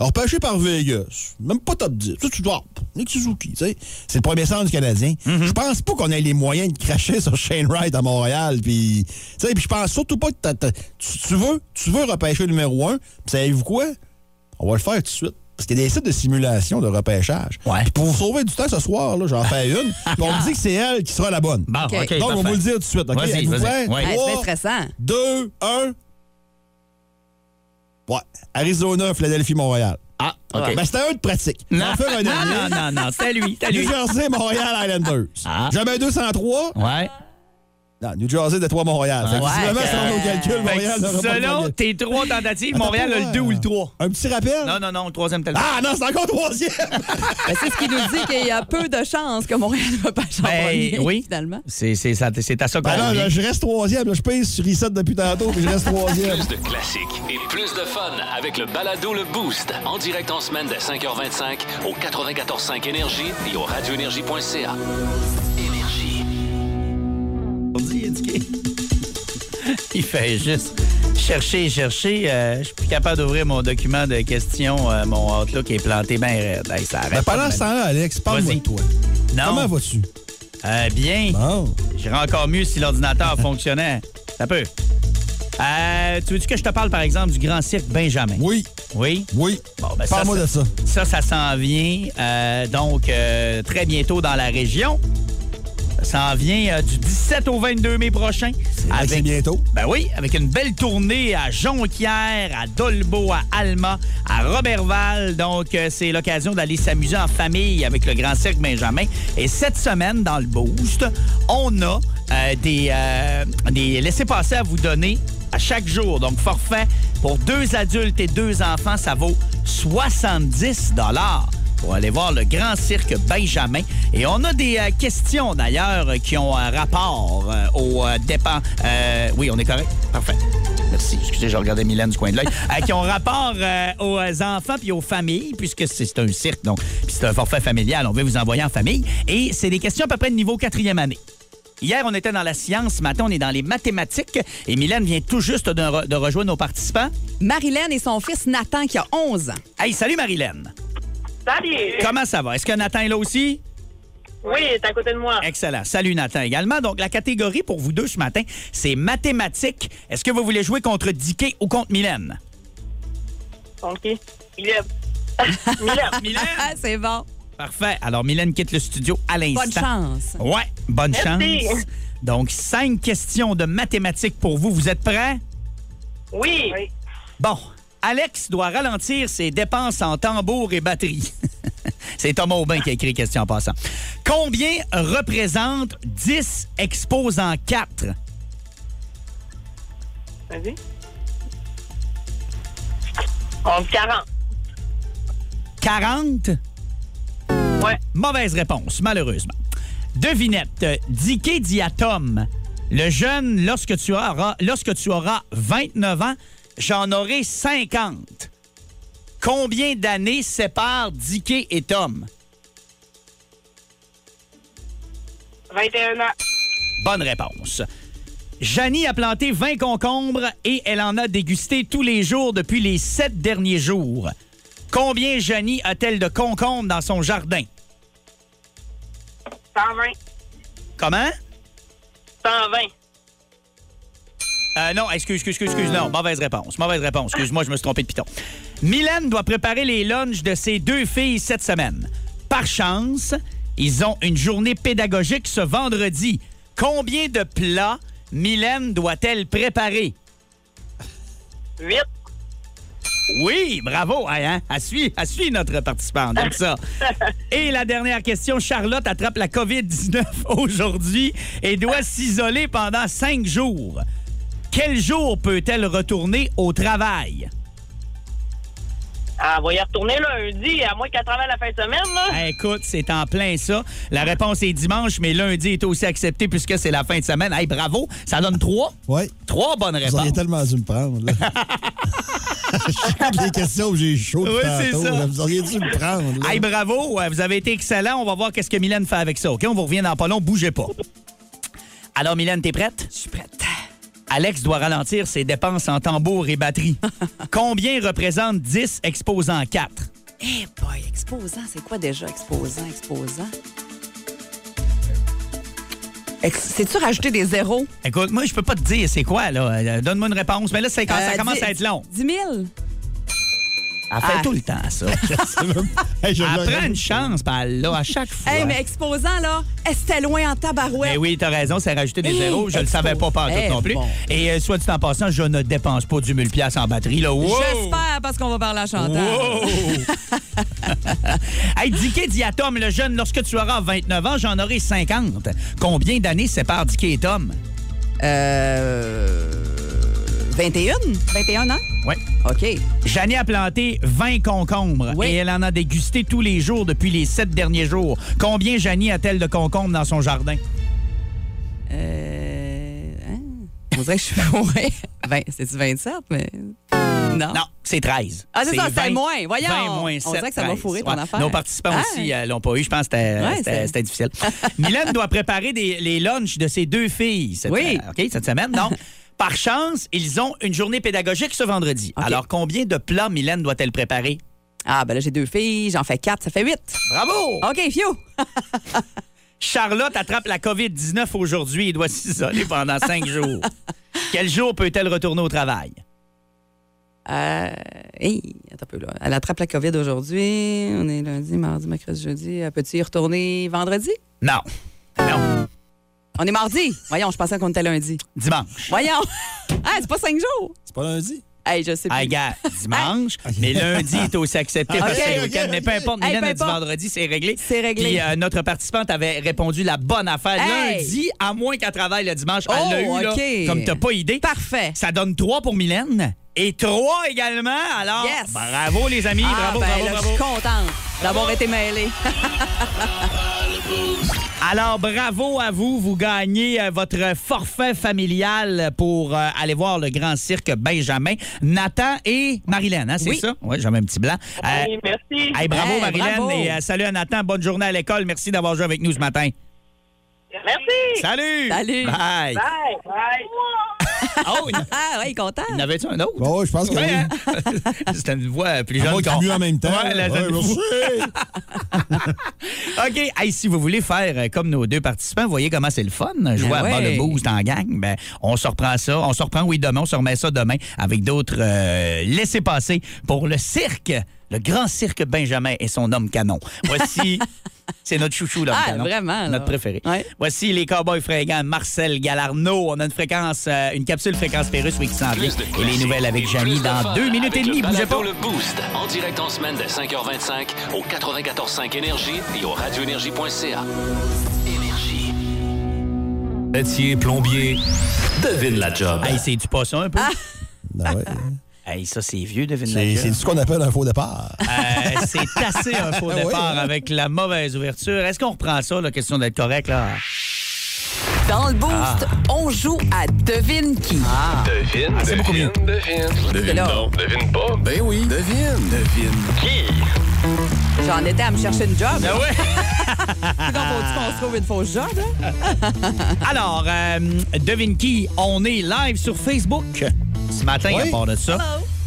Speaker 4: Repêché par Vegas. Même pas top 10. Ça, tu dois. Nick Suzuki, tu sais. C'est le premier centre du Canadien.
Speaker 1: Mm-hmm.
Speaker 4: Je pense pas qu'on ait les moyens de cracher sur Shane Wright à Montréal. Puis, tu sais, puis je pense surtout pas que t'as- t'as- tu, tu veux, tu veux repêcher le numéro 1. Puis, savez-vous quoi? On va le faire tout de suite. Parce qu'il y a des sites de simulation de repêchage.
Speaker 1: Ouais.
Speaker 4: Puis pour vous sauver du temps ce soir, là, j'en fais une. Puis on me dit que c'est elle qui sera la bonne.
Speaker 1: Bon, OK.
Speaker 2: OK.
Speaker 4: Donc, on va
Speaker 1: parfait.
Speaker 4: vous le dire tout de suite. OK?
Speaker 1: Vas-y,
Speaker 4: Êtes-vous
Speaker 1: vas-y.
Speaker 4: prêts?
Speaker 1: Ouais.
Speaker 2: Hey, c'est bien
Speaker 4: Trois,
Speaker 2: stressant.
Speaker 4: 2, 1. Ouais. Arizona, Philadelphie, Montréal.
Speaker 1: Ah, OK.
Speaker 4: Ben, c'était un de pratique. On va en faire un
Speaker 1: non,
Speaker 4: dernier.
Speaker 1: non, non, non, c'est lui, c'est
Speaker 4: New
Speaker 1: lui.
Speaker 4: Jersey, Montréal, Islanders.
Speaker 1: Ah.
Speaker 4: J'avais un 203.
Speaker 1: Ouais.
Speaker 4: Non, New Jersey, Détroit, Montréal. Fait que
Speaker 1: Ouais,
Speaker 4: visiblement,
Speaker 1: que-
Speaker 4: selon nos
Speaker 1: Fait
Speaker 4: calculs,
Speaker 1: que
Speaker 4: Montréal n'aura pas de
Speaker 1: selon
Speaker 4: gagné.
Speaker 1: tes trois tentatives,
Speaker 4: Attends,
Speaker 1: Montréal a
Speaker 4: ouais.
Speaker 1: le 2 ou le 3.
Speaker 4: Un petit rappel?
Speaker 1: Non, non, non, le troisième tellement.
Speaker 4: Ah non, c'est encore troisième!
Speaker 2: Ben, c'est ce qui nous dit qu'il y a peu de chances que Montréal va pas en
Speaker 1: Ben,
Speaker 2: premier,
Speaker 1: oui.
Speaker 2: Ah, finalement.
Speaker 1: C'est c'est ça- c'est à ça qu'on
Speaker 4: Ben non,
Speaker 1: vit.
Speaker 4: là, je reste troisième. là. Je pèse sur reset depuis tantôt, puis je reste troisième.
Speaker 5: Plus de classiques et plus de fun avec le balado Le Boost. En direct en semaine dès 5h25 au 94.5 Énergie et au radioénergie.ca. Énergie.
Speaker 1: Aujourd'hui, éduqué. Il fait juste chercher, chercher. Euh, je suis plus capable d'ouvrir mon document de questions. Euh, mon Outlook est planté bien raide. Hey, ça
Speaker 4: Ben,
Speaker 1: arrête
Speaker 4: pendant
Speaker 1: pas de
Speaker 4: ce temps-là, Alex, parle-moi
Speaker 1: Vas-y.
Speaker 4: de toi.
Speaker 1: Non.
Speaker 4: Comment vas-tu?
Speaker 1: Euh, bien.
Speaker 4: Bon.
Speaker 1: J'irais encore mieux si l'ordinateur fonctionnait. Ça peut. Euh, tu veux-tu que je te parle, par exemple, du grand cirque Benjamin?
Speaker 4: Oui,
Speaker 1: Oui?
Speaker 4: oui.
Speaker 1: Bon, ben, ça,
Speaker 4: Parle-moi de ça.
Speaker 1: Ça, ça s'en vient euh, donc euh, très bientôt dans la région. Ça s'en vient euh, du 17 au 22 mai prochain.
Speaker 4: vrai que c'est bientôt.
Speaker 1: Ben oui, avec une belle tournée à Jonquière, à Dolbeau, à Alma, à Robertval. Donc, euh, c'est l'occasion d'aller s'amuser en famille avec le Grand Cirque Benjamin. Et cette semaine, dans le Boost, on a euh, des, euh, des laissés-passer à vous donner à chaque jour. Donc, forfait pour deux adultes et deux enfants, ça vaut 70 pour aller voir le Grand Cirque Benjamin. Et on a des euh, questions, d'ailleurs, euh, qui ont un rapport euh, aux euh, dépens... euh, oui, on est correct? Parfait. Merci. Excusez, je regardais Mylène du coin de l'œil. Euh, qui ont rapport euh, aux euh, enfants puis aux familles, puisque c'est c'est un cirque, donc puis c'est un forfait familial. On veut vous envoyer en famille. Et c'est des questions à peu près de niveau quatrième année. Hier, on était dans la science. Ce matin, on est dans les mathématiques. Et Mylène vient tout juste de, re- de rejoindre nos participants.
Speaker 2: Marilyn et son fils Nathan, qui a 11 ans.
Speaker 1: Hey, salut Marilyn.
Speaker 6: Salut!
Speaker 1: Comment ça va? Est-ce que Nathan est là aussi?
Speaker 6: Oui, t'es à côté de moi.
Speaker 1: Excellent. Salut Nathan également. Donc, la catégorie pour vous deux ce matin, c'est mathématiques. Est-ce que vous voulez jouer contre Dicky ou contre Mylène?
Speaker 6: OK. Il est... Mylène.
Speaker 1: Mylène?
Speaker 2: Ah, c'est bon.
Speaker 1: Parfait. Alors, Mylène quitte le studio à l'instant.
Speaker 2: Bonne chance.
Speaker 1: Ouais, bonne
Speaker 6: Merci.
Speaker 1: chance. Donc, cinq questions de mathématiques pour vous. Vous êtes prêts?
Speaker 6: Oui. oui.
Speaker 1: Bon, Alex doit ralentir ses dépenses en tambour et batterie. C'est Thomas Aubin qui a écrit question en passant. Combien représente 10 exposants 4?
Speaker 6: Vas-y. On 40.
Speaker 1: 40?
Speaker 6: Ouais.
Speaker 1: Mauvaise réponse, malheureusement. Devinette, Dicky dit à Tom, le jeune, lorsque tu auras, lorsque tu auras 29 ans, j'en aurai 50. Combien d'années séparent Dicky et Tom?
Speaker 6: 21 ans.
Speaker 1: Bonne réponse. Janie a planté 20 concombres et elle en a dégusté tous les jours depuis les sept derniers jours. Combien Janie a-t-elle de concombres dans son jardin?
Speaker 6: 120.
Speaker 1: Comment?
Speaker 6: 120.
Speaker 1: Euh, non, excuse, excuse, excuse, excuse. Non, mauvaise réponse. Mauvaise réponse. Excuse-moi, je me suis trompé de piton. Mylène doit préparer les lunchs de ses deux filles cette semaine. Par chance, ils ont une journée pédagogique ce vendredi. Combien de plats Mylène doit-elle préparer?
Speaker 6: 8.
Speaker 1: Oui, bravo. Hey, hein? Elle, suit, elle suit notre participant. On aime ça. Et la dernière question. Charlotte attrape la COVID-19 aujourd'hui et doit s'isoler pendant cinq jours. Quel jour peut-elle retourner au travail?
Speaker 6: Ah, on va y retourner lundi, à moins qu'elle travaille la fin de semaine, là.
Speaker 1: Ah, écoute, c'est en plein ça. La réponse est dimanche, mais lundi est aussi accepté puisque c'est la fin de semaine. Hey, bravo. Ça donne trois.
Speaker 4: Oui.
Speaker 1: Trois bonnes
Speaker 4: Vous auriez
Speaker 1: réponses.
Speaker 4: tellement dû me prendre. Là. Toutes les questions, j'ai chaud. depuis
Speaker 1: Oui, c'est
Speaker 4: tantôt,
Speaker 1: ça.
Speaker 4: là. Vous auriez dû me prendre. là.
Speaker 1: Hey, bravo. euh, Vous avez été excellent. On va voir qu'est-ce que Mylène fait avec ça. OK? On vous revient dans pas long. Bougez pas. Alors, Mylène, t'es prête?
Speaker 2: Je suis prête.
Speaker 1: Alex doit ralentir ses dépenses en tambour et batterie. Combien représente 10 exposants 4?
Speaker 2: Eh boy, exposant, c'est quoi déjà exposant, exposant? Ex- Sais-tu rajouter des zéros?
Speaker 1: Écoute, moi, je peux pas te dire c'est quoi, là. Euh, Donne-moi une réponse. Mais là, c'est quand ça
Speaker 2: Euh,
Speaker 1: commence
Speaker 2: dix-
Speaker 1: à être long.
Speaker 2: 10 000?
Speaker 1: Elle fait
Speaker 2: Ah.
Speaker 1: tout le temps, ça.
Speaker 4: Hey, je
Speaker 1: elle
Speaker 4: l'aurais-
Speaker 1: prend une chance, puis elle l'a à chaque fois.
Speaker 2: Hey, Eh, mais exposant, là, est c'était loin en tabarouette?
Speaker 1: Ben oui, t'as raison, c'est rajouter des
Speaker 2: Hey,
Speaker 1: zéros. Je le
Speaker 2: expo-
Speaker 1: savais pas pas
Speaker 2: Eh,
Speaker 1: non plus.
Speaker 2: bon.
Speaker 1: Et euh, soit dit en passant, je ne dépense pas du 1000 pièces en batterie. Là. Wow!
Speaker 2: J'espère, parce qu'on va parler à Chantal.
Speaker 1: Wow! hey, Dicky Diatom, le jeune, lorsque tu auras 29 ans, j'en aurai 50. Combien d'années séparent Dicky et Tom?
Speaker 2: Euh... 21? 21 ans?
Speaker 1: Oui.
Speaker 2: OK.
Speaker 1: Janie a planté 20 concombres
Speaker 2: Oui.
Speaker 1: et elle en a dégusté tous les jours depuis les sept derniers jours. Combien Janie a-t-elle de concombres dans son jardin?
Speaker 2: Euh... hein? On dirait que je suis... Ouais. Vingt- C'est-tu 27, mais... Non.
Speaker 1: Non, c'est 13.
Speaker 2: Ah, c'est ça, c'était
Speaker 1: 20,
Speaker 2: moins. Voyons.
Speaker 1: 20 moins
Speaker 2: On
Speaker 1: 7,
Speaker 2: dirait que ça m'a
Speaker 1: 13.
Speaker 2: fourré ton
Speaker 1: Ouais.
Speaker 2: affaire.
Speaker 1: Nos participants
Speaker 2: Ah.
Speaker 1: aussi euh, l'ont pas eu. Je pense que c'était-
Speaker 2: Ouais,
Speaker 1: c'était
Speaker 2: c'est-
Speaker 1: c'était difficile. Mylène doit préparer des- les lunchs de ses deux filles cette,
Speaker 2: Oui.
Speaker 1: euh, OK, cette semaine. Donc, par chance, ils ont une journée pédagogique ce vendredi.
Speaker 2: OK.
Speaker 1: Alors, combien de plats Mylène doit-elle préparer?
Speaker 2: Ah, ben là, j'ai deux filles, j'en fais quatre, ça fait huit.
Speaker 1: Bravo!
Speaker 2: OK, Fio!
Speaker 1: Charlotte attrape la COVID-19 aujourd'hui et doit s'isoler pendant cinq jours. Quel jour peut-elle retourner au travail?
Speaker 2: Euh, hey, attends un peu, là. Elle attrape la COVID aujourd'hui. On est lundi, mardi, mercredi, jeudi. Elle Peut-tu y retourner vendredi?
Speaker 1: Non. Non.
Speaker 2: On est mardi. Voyons, je pensais qu'on était lundi.
Speaker 1: Dimanche.
Speaker 2: Voyons. ah, c'est pas cinq jours.
Speaker 4: C'est pas lundi?
Speaker 2: Hey, je sais plus.
Speaker 1: Ah, gars, dimanche, mais lundi est aussi accepté parce que c'est le
Speaker 4: Ok,
Speaker 1: week-end.
Speaker 4: ok,
Speaker 1: Mais peu
Speaker 4: ok.
Speaker 1: importe,
Speaker 2: Hey,
Speaker 1: Mylène
Speaker 2: peu
Speaker 1: a dit
Speaker 2: importe.
Speaker 1: vendredi, c'est réglé.
Speaker 2: C'est réglé.
Speaker 1: Puis euh, notre participante avait répondu la bonne affaire
Speaker 2: Hey!
Speaker 1: lundi, à moins qu'elle travaille le dimanche. Elle
Speaker 2: Oh,
Speaker 1: l'a eu, là,
Speaker 2: ok.
Speaker 1: comme t'as pas idée.
Speaker 2: Parfait.
Speaker 1: Ça donne trois pour Mylène et trois également. Alors,
Speaker 2: Yes.
Speaker 1: bravo les amis,
Speaker 2: Ah,
Speaker 1: bravo,
Speaker 2: ben
Speaker 1: bravo,
Speaker 2: là,
Speaker 1: bravo.
Speaker 2: je suis contente d'avoir été mêlée. Ah,
Speaker 1: Alors, bravo à vous. Vous gagnez euh, votre forfait familial pour euh, aller voir le grand cirque Benjamin. Nathan et Marilyn, hein, c'est
Speaker 2: Oui. Ah, ben
Speaker 1: ça? Oui, j'avais un petit blanc. Euh,
Speaker 6: Hey, merci.
Speaker 1: hey, bravo,
Speaker 2: Hey,
Speaker 1: Marilyn.
Speaker 2: bravo.
Speaker 1: Et euh, salut à Nathan. Bonne journée à l'école. Merci d'avoir joué avec nous ce matin.
Speaker 6: Merci.
Speaker 1: Salut!
Speaker 2: Salut.
Speaker 1: Bye!
Speaker 6: Bye. Bye.
Speaker 1: Oh, il y en-
Speaker 2: Ah, ouais, content.
Speaker 1: il y en avait-tu un autre?
Speaker 4: Bon, je pense que
Speaker 1: Ouais,
Speaker 4: oui.
Speaker 1: hein? C'était une voix plus
Speaker 4: À
Speaker 1: jeune
Speaker 4: moins qu'il
Speaker 1: qu'on-
Speaker 4: mue en même temps.
Speaker 1: Ouais, la
Speaker 4: Ouais,
Speaker 1: jeune-
Speaker 4: merci.
Speaker 1: OK. Hey, si vous voulez faire euh, comme nos deux participants, voyez comment c'est le fun. Jouer
Speaker 2: Ah
Speaker 1: à bas
Speaker 2: ouais.
Speaker 1: le boost en gang. Ben, on se reprend ça. On se reprend, oui, demain. On se remet ça demain avec d'autres euh, laissés-passer pour le cirque. Le grand cirque Benjamin et son homme canon. Voici. C'est notre chouchou, l'homme
Speaker 2: Ah,
Speaker 1: canon.
Speaker 2: vraiment, là.
Speaker 1: Notre préféré.
Speaker 2: Ouais.
Speaker 1: Voici les cowboys fringants, Marcel Galarno. On a une fréquence, euh, une capsule fréquence Pérus, oui, qui s'en vient.
Speaker 5: Plus de
Speaker 1: Et les
Speaker 5: classiques
Speaker 1: nouvelles avec
Speaker 5: et
Speaker 1: Jamy
Speaker 5: plus de
Speaker 1: dans
Speaker 5: fun
Speaker 1: deux minutes et
Speaker 5: avec
Speaker 1: demie.
Speaker 5: le
Speaker 1: Bougez pas.
Speaker 5: balado Le Boost. En direct en semaine de 5h25 au 94.5 Énergie et au radioénergie.ca. Énergie.
Speaker 7: Métier plombier, devine la job.
Speaker 1: Hey, c'est-tu pas ça un peu?
Speaker 2: Ah.
Speaker 4: Ben ouais.
Speaker 1: Hey, ça, c'est vieux, devine la
Speaker 4: C'est
Speaker 1: gueule.
Speaker 4: c'est ce qu'on appelle un faux départ.
Speaker 1: Euh, c'est assez un faux
Speaker 4: oui,
Speaker 1: départ
Speaker 4: hein?
Speaker 1: avec la mauvaise ouverture. Est-ce qu'on reprend ça, la question d'être correct, là?
Speaker 2: Dans le boost,
Speaker 1: Ah.
Speaker 2: on joue à devine qui.
Speaker 8: Devine, c'est beaucoup mieux. Devine, devine.
Speaker 2: là.
Speaker 8: donc, devine pas.
Speaker 7: Ben oui, devine, devine.
Speaker 2: J'en étais à me chercher une job.
Speaker 1: Ah ouais?
Speaker 2: C'est donc faut-tu qu'on se trouve une fausse job, là?
Speaker 1: Alors, euh, devine qui? On est live sur Facebook ce matin
Speaker 4: Oui.
Speaker 1: à part de ça.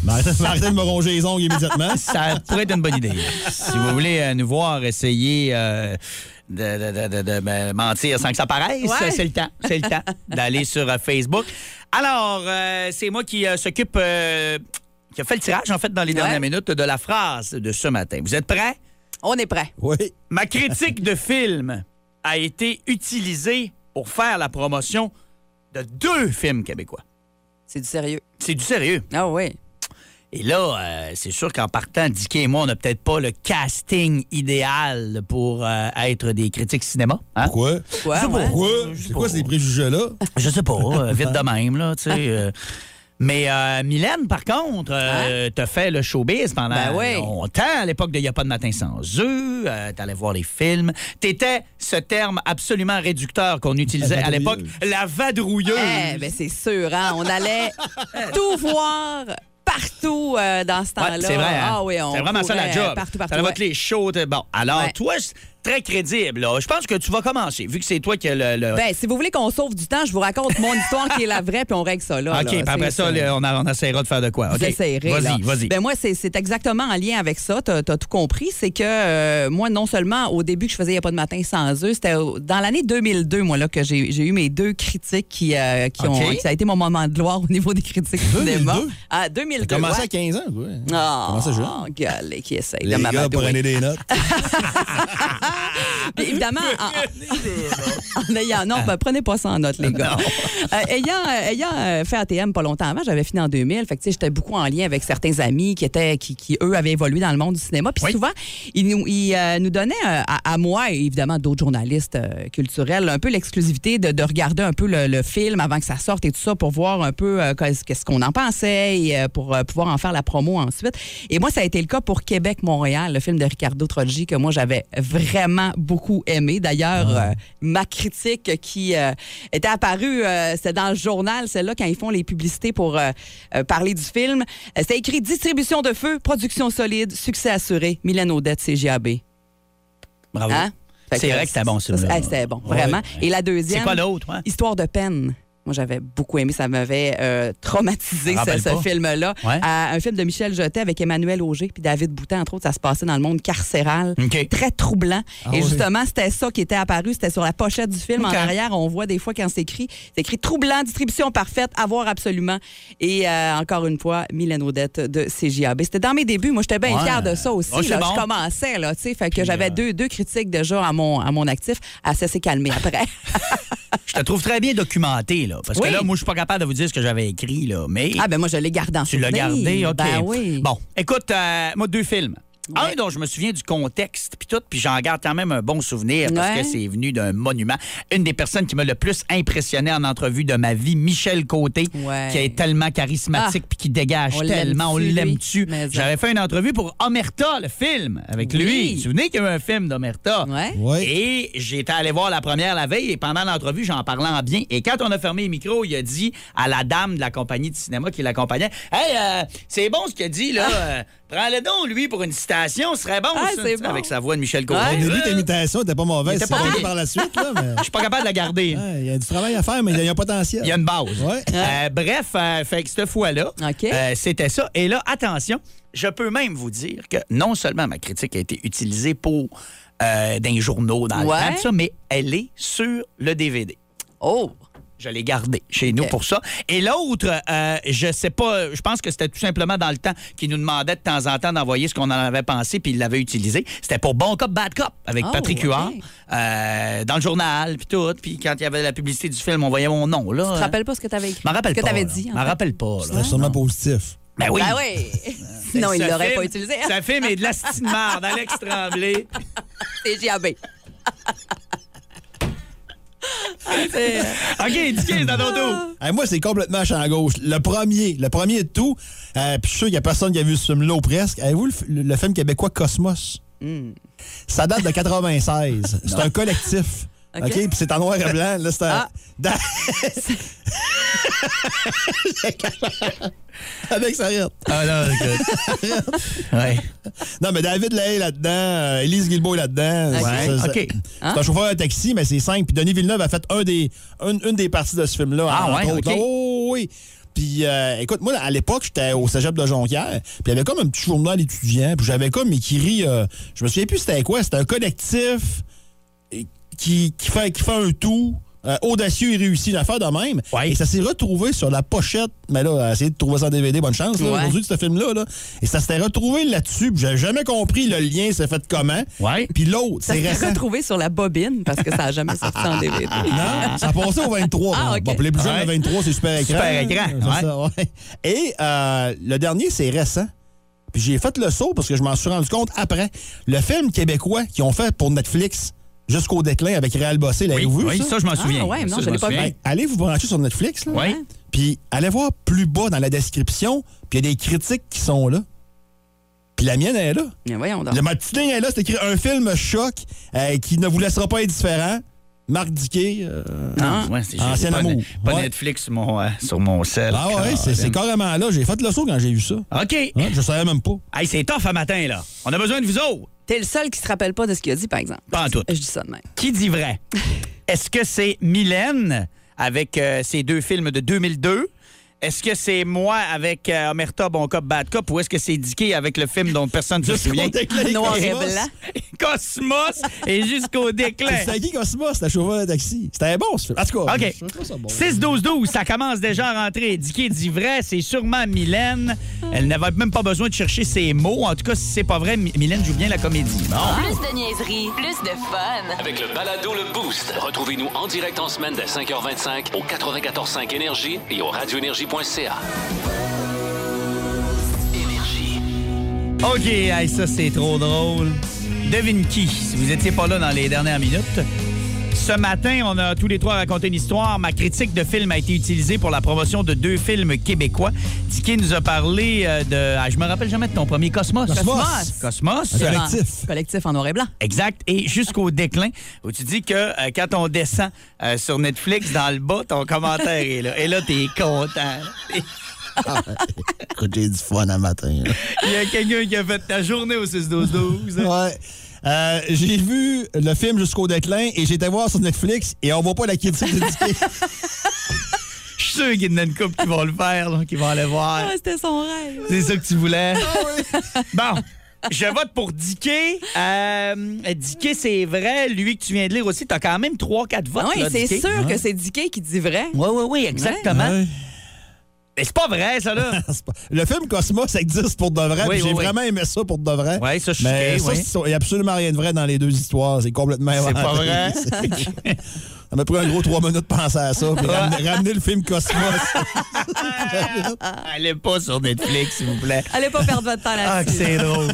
Speaker 4: Ben, arrêtez arrêtez de me ronger les ongles immédiatement.
Speaker 1: Ça pourrait être une bonne idée. Si vous voulez euh, nous voir essayer euh, de, de- de- de- de me mentir sans que ça paraisse,
Speaker 3: Ouais.
Speaker 1: c'est le temps. C'est le temps d'aller sur euh, Facebook. Alors, euh, c'est moi qui euh, s'occupe, euh, qui a fait le tirage, en fait, dans les dernières minutes de la phrase de ce matin. Vous êtes prêts?
Speaker 2: On est prêt.
Speaker 4: Oui.
Speaker 1: Ma critique de film a été utilisée pour faire la promotion de deux films québécois.
Speaker 2: C'est du sérieux.
Speaker 1: C'est du sérieux.
Speaker 2: Ah oui.
Speaker 1: Et là, euh, c'est sûr qu'en partant, Dicky et moi, on n'a peut-être pas le casting idéal pour euh, être des critiques cinéma. hein?
Speaker 4: Pourquoi?
Speaker 2: Pourquoi?
Speaker 1: C'est
Speaker 2: ouais?
Speaker 4: Pourquoi?
Speaker 1: je sais
Speaker 4: C'est quoi
Speaker 1: pas.
Speaker 4: ces préjugés-là?
Speaker 1: Je sais pas, euh, vite de même, là, tu sais. euh. Mais euh, Mylène, par contre, euh, t'as fait le showbiz pendant
Speaker 2: Hein? Ben oui.
Speaker 1: longtemps, à l'époque de Y'a pas de matin sans eux, euh, t'allais voir les films. T'étais ce terme absolument réducteur qu'on utilisait
Speaker 4: La
Speaker 1: à l'époque,
Speaker 4: vadrouilleuse.
Speaker 1: la vadrouilleuse.
Speaker 2: Eh, ben c'est sûr, hein? On allait tout voir partout euh, dans ce temps-là.
Speaker 1: Ouais, c'est vrai. hein?
Speaker 2: Ah oui, on
Speaker 1: c'est vraiment ça la
Speaker 2: courait,
Speaker 1: job.
Speaker 2: euh, Partout, partout.
Speaker 1: T'allais voir
Speaker 2: ouais.
Speaker 1: tous les shows. t'es- Bon, alors
Speaker 2: Ouais.
Speaker 1: toi, c'est très crédible. là. Je pense que tu vas commencer, vu que c'est toi qui as le. le-
Speaker 2: Ben, si vous voulez qu'on sauve du temps, je vous raconte mon histoire qui est la vraie, puis on règle ça là.
Speaker 1: OK,
Speaker 2: là.
Speaker 1: puis après
Speaker 2: C'est-
Speaker 1: ça,
Speaker 2: c'est-
Speaker 1: là, on, a- on essaiera de faire de quoi.
Speaker 2: Vous
Speaker 1: OK.
Speaker 2: essayerez, là.
Speaker 1: Vas-y, vas-y.
Speaker 2: Ben moi, c'est c'est exactement en lien avec ça. T'as as tout compris. C'est que euh, moi, non seulement au début que je faisais Il n'y a pas de matin sans eux, c'était au- dans l'année 2002, moi, là, que j'ai j'ai eu mes deux critiques qui, euh, qui ont.
Speaker 1: OK.
Speaker 2: Ça a été mon moment de gloire au niveau des critiques cinéma.
Speaker 4: 2002?
Speaker 2: Ah,
Speaker 4: T'as
Speaker 2: 2002.
Speaker 4: commencé
Speaker 2: ouais.
Speaker 4: à 15 ans, quoi. T'as
Speaker 2: Ah,
Speaker 4: commencé jeune.
Speaker 2: gueule, qui essaye de
Speaker 4: Les gars,
Speaker 2: m'amadouer.
Speaker 4: prenez des notes.
Speaker 2: Puis évidemment, en, en ayant. Non, ben, prenez pas ça en note, les gars. Euh, ayant euh, ayant euh, fait ATM pas longtemps avant, j'avais fini en 2000. Fait que, tu sais, j'étais beaucoup en lien avec certains amis qui, étaient, qui, qui, eux, avaient évolué dans le monde du cinéma. Puis
Speaker 1: Oui.
Speaker 2: souvent, ils nous, ils, euh, nous donnaient, euh, à, à moi et évidemment d'autres journalistes euh, culturels, un peu l'exclusivité de, de regarder un peu le, le film avant que ça sorte et tout ça pour voir un peu euh, qu'est-ce qu'est-ce qu'on en pensait et euh, pour euh, pouvoir en faire la promo ensuite. Et moi, ça a été le cas pour Québec-Montréal, le film de Ricardo Troggi que moi, j'avais vraiment beaucoup aimé. D'ailleurs, euh, ma critique qui euh, était apparue, euh, c'était dans le journal, celle-là, quand ils font les publicités pour euh, euh, parler du film. Euh, C'était écrit « Distribution de feu, production solide, succès assuré. Mylène Audette, CGAB.
Speaker 1: Bravo.
Speaker 2: Hein? Fait
Speaker 1: Ah C'est
Speaker 2: que,
Speaker 1: vrai que c'était bon,
Speaker 2: ça, c'est-
Speaker 1: celui-là.
Speaker 2: ah, C'était bon,
Speaker 1: Ouais,
Speaker 2: vraiment.
Speaker 1: ouais.
Speaker 2: Et la
Speaker 1: C'est
Speaker 2: deuxième,
Speaker 1: quoi l'autre? hein?
Speaker 2: Histoire de peine. Moi, j'avais beaucoup aimé. Ça m'avait euh, traumatisé,
Speaker 1: Je me
Speaker 2: ce,
Speaker 1: rappelle
Speaker 2: ce
Speaker 1: pas.
Speaker 2: film-là.
Speaker 1: Ouais.
Speaker 2: À- un film de Michel Jeté avec Emmanuel Auger puis David Boutin, entre autres. Ça se passait dans le monde carcéral.
Speaker 1: OK. Ah
Speaker 2: Très troublant. Et
Speaker 4: oui.
Speaker 2: justement, c'était ça qui était apparu. C'était sur la pochette du film.
Speaker 1: OK.
Speaker 2: En arrière, on voit des fois quand c'est écrit, c'est écrit troublant, distribution parfaite, avoir absolument. Et euh, encore une fois, Mylène Audette de CJAB. C'était dans mes débuts. Moi, j'étais bien
Speaker 1: Ouais.
Speaker 2: fière de ça aussi.
Speaker 1: Ah, c'est
Speaker 2: là.
Speaker 1: bon.
Speaker 2: Je commençais, là, tu sais. Fait que
Speaker 1: Puis,
Speaker 2: j'avais
Speaker 1: euh,
Speaker 2: deux, deux critiques déjà à mon, à mon actif. Ah, ça s'est calmé après.
Speaker 1: Je te trouve très bien documenté, là. Parce
Speaker 2: Oui.
Speaker 1: que là, moi, je suis pas capable de vous dire ce que j'avais écrit, là. Mais
Speaker 2: Ah ben moi je l'ai gardé en
Speaker 1: tu l'as gardé,
Speaker 2: souvenir.
Speaker 1: OK.
Speaker 2: Ben oui.
Speaker 1: Bon, écoute, euh, moi, deux films. Un dont je me souviens du contexte, puis tout, puis j'en garde quand même un bon souvenir parce
Speaker 2: Ouais.
Speaker 1: que c'est venu d'un monument. Une des personnes qui m'a le plus impressionné en entrevue de ma vie, Michel Côté,
Speaker 2: Ouais. Ah,
Speaker 1: qui est tellement charismatique puis qui dégage
Speaker 2: On l'aime-tu,
Speaker 1: tellement, on
Speaker 2: lui?
Speaker 1: l'aime-tu.
Speaker 2: Mais-
Speaker 1: J'avais fait une entrevue pour Omerta, le film, avec
Speaker 2: Oui.
Speaker 1: lui. Vous vous souvenez qu'il y a eu un film d'Omerta?
Speaker 2: Ouais.
Speaker 4: Ouais.
Speaker 1: Et j'étais allé voir la première la veille et pendant l'entrevue, j'en parlais en bien. Et quand on a fermé les micros, il a dit à la dame de la compagnie de cinéma qui l'accompagnait Hey, euh, c'est bon ce qu'il a dit, là. Euh, Prends-le donc, lui, pour une citation. Ce serait bon,
Speaker 2: Ah,
Speaker 1: ça.
Speaker 2: c'est bon.
Speaker 1: Avec sa voix de Michel Côté.
Speaker 4: Au
Speaker 2: Ouais.
Speaker 4: début, l'imitation n'était pas mauvaise.
Speaker 1: était
Speaker 4: C'est
Speaker 1: pas
Speaker 4: pas
Speaker 1: pire.
Speaker 4: par la suite, là, mais
Speaker 1: Je suis pas capable de la garder.
Speaker 4: ouais, il y a du travail à faire, mais il y a un potentiel.
Speaker 1: Il y a une base.
Speaker 4: Ouais.
Speaker 1: Euh, bref, euh, fait que cette fois-là,
Speaker 2: OK.
Speaker 1: euh, c'était ça. Et là, attention, je peux même vous dire que non seulement ma critique a été utilisée pour euh, dans les journaux, dans le
Speaker 2: Ouais.
Speaker 1: temps, tout ça, mais elle est sur le DVD.
Speaker 2: Oh.
Speaker 1: Je l'ai gardé chez nous
Speaker 2: Ok.
Speaker 1: pour ça. Et l'autre, euh, je sais pas, je pense que c'était tout simplement dans le temps qu'il nous demandait de temps en temps d'envoyer ce qu'on en avait pensé, puis il l'avait utilisé. C'était pour Bon Cop, Bad Cop, avec
Speaker 2: Oh,
Speaker 1: Patrick
Speaker 2: ok.
Speaker 1: Huard, euh, dans le journal, puis tout. Puis quand il y avait la publicité du film, on voyait mon nom, là.
Speaker 2: Tu te rappelles pas ce que t'avais écrit?
Speaker 1: Je m'en rappelle
Speaker 2: ce que
Speaker 1: pas.
Speaker 2: t'avais
Speaker 1: là.
Speaker 2: dit.
Speaker 1: Je
Speaker 2: en
Speaker 1: m'en
Speaker 2: fait?
Speaker 1: rappelle pas. là.
Speaker 4: C'est sûrement positif.
Speaker 1: Ben oui.
Speaker 2: Ben oui. Sinon, il
Speaker 1: Ce
Speaker 2: l'aurait pas
Speaker 1: film-
Speaker 2: utilisé. hein.
Speaker 1: Ce film est de la stine marde, Alex Tremblay.
Speaker 2: C'est JAB.
Speaker 1: OK, dis-le dans ton dos.
Speaker 4: Hey, moi, c'est complètement champ gauche. Le premier, le premier de tout, euh, puis je suis sûr qu'il n'y a personne qui a vu ce film-là ou presque. Avez-vous le, f- le- le film québécois Cosmos?
Speaker 1: Hmm.
Speaker 4: Ça date de 96. c'est un collectif. OK?
Speaker 2: OK.
Speaker 4: Puis c'est en noir et blanc. Là, c'est un...
Speaker 2: Ah.
Speaker 4: Dans- Avec sa rire.
Speaker 1: Ah non, ouais.
Speaker 4: Non, mais David Lahaye là-dedans, euh, Élise Guilbeault là-dedans. C'est-
Speaker 1: Ouais,
Speaker 4: c'est-
Speaker 1: OK. Hein?
Speaker 4: C'est un chauffeur de taxi, mais c'est simple. Puis Denis Villeneuve a fait un des, une, une des parties de ce film-là.
Speaker 1: Ah
Speaker 4: entre
Speaker 1: ouais,
Speaker 4: autres.
Speaker 1: ok.
Speaker 4: Oh, oui. Puis, euh, écoute, moi, à l'époque, j'étais au cégep de Jonquière. Puis, il y avait comme un petit journal étudiant. Puis, j'avais comme écrit, euh, je me souviens plus c'était quoi. C'était un collectif qui, qui fait, qui fait un tout euh, audacieux et réussi, une affaire de même. Et ça s'est retrouvé sur la pochette. Mais là, essayer de trouver ça en DVD, bonne chance, là,
Speaker 2: Ouais.
Speaker 4: aujourd'hui, de ce film-là. là. Et ça s'était retrouvé là-dessus. puis J'ai jamais compris le lien s'est fait comment.
Speaker 1: Ouais.
Speaker 4: Puis l'autre,
Speaker 2: Ça
Speaker 4: c'est
Speaker 2: s'est
Speaker 4: récent. Ah,
Speaker 2: retrouvé sur la bobine parce que ça n'a jamais sorti en DVD.
Speaker 4: Non, ça a passé au 23.
Speaker 2: Ah,
Speaker 4: Bon,
Speaker 2: ok.
Speaker 4: Bon, pour les plus jeunes, le 23, c'est super écran.
Speaker 1: Super écran,
Speaker 4: C'est ça, ouais. Et euh, le dernier, c'est récent. Puis j'ai fait le saut parce que je m'en suis rendu compte après. Le film québécois qu'ils ont fait pour Netflix jusqu'au déclin avec Réal Bossé, l'avez-vous
Speaker 1: oui,
Speaker 4: vu?
Speaker 1: ça, je m'en
Speaker 2: Ah,
Speaker 1: souviens.
Speaker 2: ouais, non,
Speaker 1: Ça,
Speaker 2: je l'ai
Speaker 1: m'en
Speaker 2: pas vu.
Speaker 1: souviens.
Speaker 4: Ben, allez vous brancher sur Netflix, là.
Speaker 1: Oui.
Speaker 4: Puis allez voir plus bas dans la description, puis il y a des critiques qui sont là. Puis la mienne elle est là.
Speaker 2: Mais voyons donc.
Speaker 4: Le, ma petite ligne est là, c'est écrit un film choc euh, qui ne vous laissera pas indifférent. Marc Diquet, euh,
Speaker 1: Non, Ah, ouais, c'est- j'ai
Speaker 4: Ancien
Speaker 1: pas,
Speaker 4: amour.
Speaker 1: Pas
Speaker 4: Ouais.
Speaker 1: Netflix sur mon, euh, sur mon sel.
Speaker 4: Ah ouais, c'est, c'est carrément là. J'ai fait le saut quand j'ai vu ça.
Speaker 1: OK.
Speaker 4: Hein, je savais même pas.
Speaker 1: Hey, c'est tough à matin, là. On a besoin de vous autres.
Speaker 2: T'es le seul qui se rappelle pas de ce qu'il a dit, par exemple.
Speaker 1: Pas en tout.
Speaker 2: Je dis ça de même.
Speaker 1: Qui dit vrai? Est-ce que c'est Mylène avec euh, ses deux films de 2002? Est-ce que c'est moi avec euh, Omerta, Bon Cop, Bad Cop? Ou est-ce que c'est Dicky avec le film dont personne ne se souvient?
Speaker 2: Noir et
Speaker 4: Cosmos.
Speaker 2: blanc.
Speaker 1: Cosmos et jusqu'au déclin.
Speaker 4: C'était qui Cosmos, la chauffeur de taxi? C'était bon ce film. En tout cas,
Speaker 1: OK.
Speaker 4: je trouve ça bon.
Speaker 1: 6-12-12, ça commence déjà à rentrer. Dicky dit vrai, c'est sûrement Mylène. Elle n'avait même pas besoin de chercher ses mots. En tout cas, si c'est pas vrai, My- Mylène joue bien la comédie. Bon.
Speaker 9: Plus de niaiserie, plus de fun.
Speaker 5: Avec le balado Le Boost, retrouvez-nous en direct en semaine dès 5h25 au 94.5 Énergie et au radioénergie.ca.
Speaker 1: OK, hey, ça c'est trop drôle. Devine qui, si vous étiez pas là dans les dernières minutes. Ce matin, on a tous les trois raconté une histoire. Ma critique de film a été utilisée pour la promotion de deux films québécois. Dicky nous a parlé euh, de... Ah, je me rappelle jamais de ton premier Cosmos.
Speaker 4: Cosmos.
Speaker 1: Cosmos.
Speaker 4: Un
Speaker 1: Euh,
Speaker 4: Collectif.
Speaker 2: Collectif en noir et blanc.
Speaker 1: Exact. Et jusqu'au déclin, où tu dis que euh, quand on descend euh, sur Netflix, dans le bas, ton commentaire est là. Et là, t'es content.
Speaker 4: Écoute, j'ai du fun à matin. là.
Speaker 1: Il y a quelqu'un qui a fait ta journée au 6-12-12.
Speaker 4: Ouais. Euh, j'ai vu le film jusqu'au déclin et j'étais voir sur Netflix et on voit pas la critique de Diquet.
Speaker 1: Je suis sûr qu'il y en a une couple qui vont le faire, là, qui vont aller voir.
Speaker 2: Ah, c'était son rêve.
Speaker 1: Ah, C'est Ah ça que tu voulais. Bon. Je vote pour Dicky. Euh, Dicky, c'est vrai. Lui que tu viens de lire aussi, t'as quand même 3-4 votes.
Speaker 2: Ah Oui,
Speaker 1: là,
Speaker 2: c'est
Speaker 1: Dicky.
Speaker 2: sûr que c'est Dicky qui dit vrai.
Speaker 1: Oui, oui, oui, exactement.
Speaker 4: Ouais.
Speaker 1: Mais c'est pas vrai, ça, là.
Speaker 4: C'est pas- Le film Cosmos existe pour de vrai.
Speaker 1: Oui,
Speaker 4: puis j'ai
Speaker 1: oui, oui.
Speaker 4: vraiment aimé ça pour de vrai.
Speaker 1: Ouais, ça, je suis
Speaker 4: Mais
Speaker 1: gay,
Speaker 4: ça,
Speaker 1: ouais.
Speaker 4: c'est- il n'y a absolument rien de vrai dans les deux histoires. C'est complètement
Speaker 1: C'est pas vrai.
Speaker 4: Ça m'a pris un gros trois minutes de penser à ça. Puis ramener, ramener le film Cosmos.
Speaker 1: Allez pas sur Netflix, s'il vous plaît.
Speaker 2: Allez pas perdre votre temps
Speaker 1: Ah, que
Speaker 2: là-dessus.
Speaker 1: c'est drôle.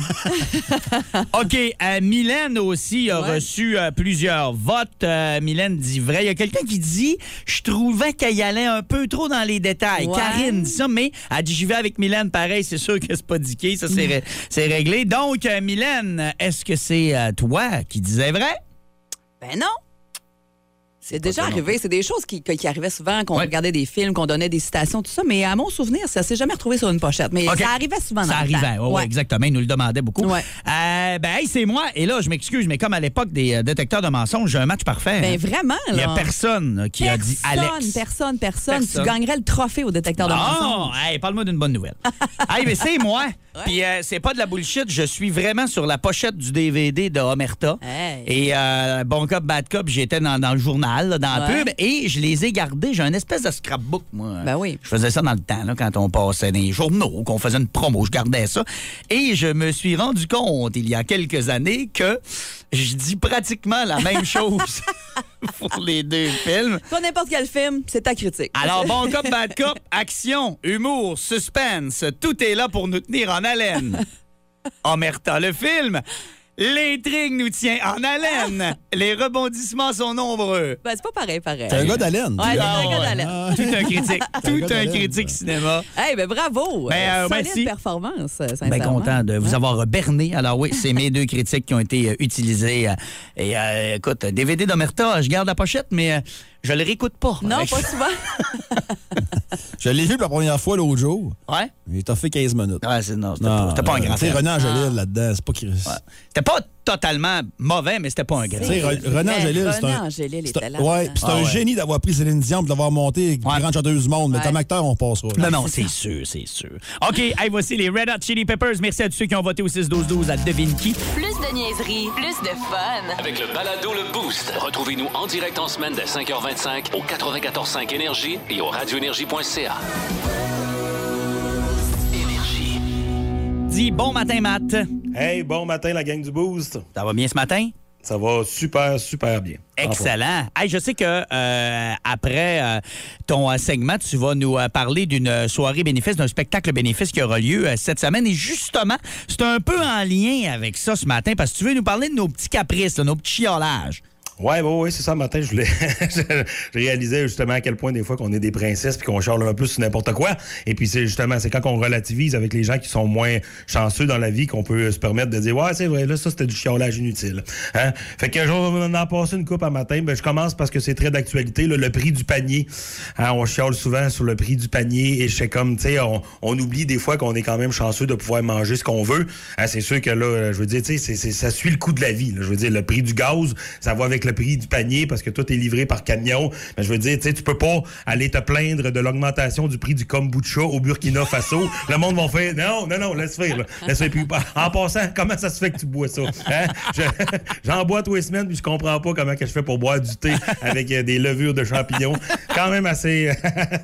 Speaker 1: OK, euh, Mylène aussi a
Speaker 2: Ouais.
Speaker 1: reçu euh, plusieurs votes. Euh, Mylène dit vrai. Il y a quelqu'un qui dit Je trouvais qu'elle y allait un peu trop dans les détails.
Speaker 2: Ouais.
Speaker 1: Karine dit ça, mais elle dit J'y vais avec Mylène pareil. C'est sûr que c'est pas diqué. Ça, c'est ré- c'est réglé. Donc, euh, Mylène, est-ce que c'est euh, toi qui disais vrai
Speaker 2: ben non. C'est déjà arrivé. C'est des choses qui, qui arrivaient souvent, qu'on
Speaker 1: Ouais.
Speaker 2: regardait des films, qu'on donnait des citations, tout ça. Mais à mon souvenir, ça s'est jamais retrouvé sur une pochette. Mais
Speaker 1: OK.
Speaker 2: ça arrivait souvent dans
Speaker 1: Ça
Speaker 2: le temps.
Speaker 1: arrivait, oui,
Speaker 2: Ouais.
Speaker 1: exactement. Ils nous le demandaient beaucoup.
Speaker 2: Ouais.
Speaker 1: Euh, ben, hey, c'est moi. Et là, je m'excuse, mais comme à l'époque des euh, détecteurs de mensonges, j'ai un match parfait.
Speaker 2: Ben
Speaker 1: hein.
Speaker 2: vraiment, là.
Speaker 1: Il n'y a personne là, qui a dit
Speaker 2: Personne,
Speaker 1: Alex.
Speaker 2: Personne, personne,
Speaker 1: Personne. Ah!
Speaker 2: Tu gagnerais le trophée au détecteur de mensonges.
Speaker 1: Non, hey, parle-moi d'une bonne nouvelle. hey, mais c'est moi. Puis euh, c'est pas de la bullshit. Je suis vraiment sur la pochette du DVD de Omerta.
Speaker 2: Hey.
Speaker 1: Et euh, Bon Cop, Bad Cop, j'étais dans, dans le journal, là, dans la
Speaker 2: Ouais.
Speaker 1: pub, et je les ai gardés. J'ai un espèce de scrapbook, moi.
Speaker 2: Ben oui.
Speaker 1: Je faisais ça dans le temps, là, quand on passait des journaux, qu'on faisait une promo, je gardais ça. Et je me suis rendu compte, il y a quelques années, que je dis pratiquement la même chose pour les deux films.
Speaker 2: Pas n'importe quel film, c'est ta critique.
Speaker 1: Alors, bon cop, bad cop, action, humour, suspense, tout est là pour nous tenir en haleine. Omerta, le film. L'intrigue nous tient en haleine. Les rebondissements sont nombreux.
Speaker 2: Ben, c'est pas pareil, pareil.
Speaker 4: T'es un gars d'haleine.
Speaker 2: Ouais, t'es
Speaker 1: Ah
Speaker 2: un gars
Speaker 1: ouais.
Speaker 2: d'haleine.
Speaker 4: Ah,
Speaker 1: Tout un critique, tout un
Speaker 4: d'haleine,
Speaker 1: critique
Speaker 4: ça.
Speaker 1: cinéma.
Speaker 2: Hey, ben bravo!
Speaker 1: Ben,
Speaker 2: Euh,
Speaker 1: euh,
Speaker 2: Solide
Speaker 1: merci.
Speaker 2: performance, euh, sincèrement.
Speaker 1: Bien Ben, content de vous avoir euh, berné. Alors oui, c'est mes deux critiques qui ont été euh, utilisées. euh, Et euh, écoute, DVD d'Omerta, je garde la pochette, mais euh, je le réécoute pas.
Speaker 2: Non,
Speaker 1: Avec-
Speaker 2: pas souvent.
Speaker 4: Je l'ai vu pour la première fois l'autre jour.
Speaker 1: Ouais?
Speaker 4: Il t'a fait 15 minutes.
Speaker 1: Ouais, c'est non, c'était pas, c'était pas un grand
Speaker 4: C'est
Speaker 2: Ah.
Speaker 1: film.
Speaker 4: René Angélil là-dedans. C'est pas Chris.
Speaker 1: C'était pas totalement mauvais, mais c'était pas un grand.
Speaker 4: Tu sais, Re- René
Speaker 2: Mais
Speaker 4: Angélil,
Speaker 2: René
Speaker 4: c'est un.
Speaker 2: Angélil est
Speaker 4: c'est un-
Speaker 2: talent,
Speaker 4: ouais,
Speaker 2: hein.
Speaker 4: puis c'est
Speaker 1: Ah
Speaker 4: un
Speaker 1: ouais.
Speaker 4: génie d'avoir pris Céline Dion puis d'avoir monté grande chanteuse du monde. Mais
Speaker 2: Ouais.
Speaker 4: comme acteur, on passera. là.
Speaker 1: Non, non, c'est sûr, c'est sûr. OK, hey, voici les Red Hot Chili Peppers. Merci à tous ceux qui ont voté au 6-12-12 à Devine qui.
Speaker 9: Plus de niaiserie, plus de fun.
Speaker 5: Avec le balado Le Boost, retrouvez-nous en direct en semaine dès 5h25 au 94.5 Énergie et au radioénergie.ca. Énergie.
Speaker 1: Dis bon matin, Matt.
Speaker 10: Hey, bon matin, la gang du Boost.
Speaker 1: Ça va bien ce matin?
Speaker 10: Ça va super, super bien.
Speaker 1: Excellent. Hey, je sais que euh, après euh, ton euh, segment, tu vas nous euh, parler d'une euh, soirée bénéfice, d'un spectacle bénéfice qui aura lieu euh, cette semaine. Et justement, c'est un peu en lien avec ça ce matin parce que tu veux nous parler de nos petits caprices, là, nos petits chiolages.
Speaker 10: Ouais, bon, ouais, c'est ça, le matin, je voulais. je je réalisais justement à quel point des fois qu'on est des princesses puis qu'on charle un peu sur n'importe quoi. Et puis c'est justement, c'est quand on relativise avec les gens qui sont moins chanceux dans la vie qu'on peut se permettre de dire, ouais, c'est vrai, là, ça, c'était du chiolage inutile. Hein? Fait que je vais en passer une coupe à matin. Ben, je commence parce que c'est très d'actualité, là, le prix du panier. Hein, on chiale souvent sur le prix du panier et je sais comme, tu sais, on, on oublie des fois qu'on est quand même chanceux de pouvoir manger ce qu'on veut. Hein, c'est sûr que là, je veux dire, tu sais, c'est- c'est- ça suit le coût de la vie. là. Je veux dire, le prix du gaz, ça va avec le prix du panier parce que tout est livré par camion. Mais je veux dire, tu sais, tu peux pas aller te plaindre de l'augmentation du prix du kombucha au Burkina Faso. Le monde va faire, non, non, non, laisse faire. là. Laisse faire. Puis, en passant, comment ça se fait que tu bois ça? Hein? Je- J'en bois tous les semaines, puis je comprends pas comment que je fais pour boire du thé avec euh, des levures de champignons. Quand même assez,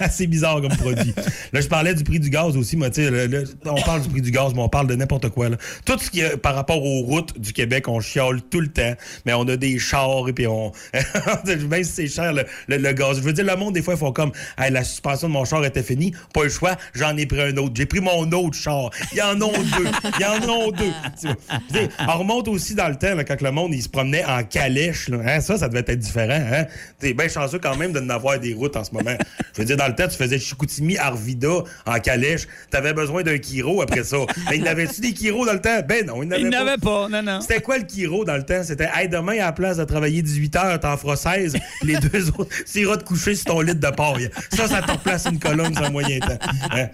Speaker 10: assez bizarre comme produit. Là, je parlais du prix du gaz aussi, mais tu sais, le- le- on parle du prix du gaz, mais on parle de n'importe quoi. là. Tout ce qui est par rapport aux routes du Québec, on chiale tout le temps, mais on a des chars et puis on. Même si c'est cher, le, le- le gaz. Je veux dire, le monde, des fois, ils font comme Hey, la suspension de mon char était finie, pas le choix, j'en ai pris un autre. J'ai pris mon autre char. Il y en a deux. Il y en a deux. Tu vois. Tu sais, on remonte aussi dans le temps, là, quand le monde, il se promenait en calèche. là. Hein, ça, ça devait être différent. Hein? T'es bien chanceux quand même de n'avoir des routes en ce moment. Je veux dire, dans le temps, tu faisais Chicoutimi, Arvida en calèche. T'avais besoin d'un Kiro après ça. Mais il n'avait-tu des Kiro dans le temps? Ben non, il n'avait
Speaker 1: Ils
Speaker 10: pas.
Speaker 1: n'avaient pas, non, non.
Speaker 10: C'était quoi le Kiro dans le temps? C'était Hey, demain, à la place de travailler 18 heures, t'en feras 16. Les deux autres, tu iras te coucher sur ton lit de paille. Ça, ça te replace une colonne sur un moyen temps. Hein?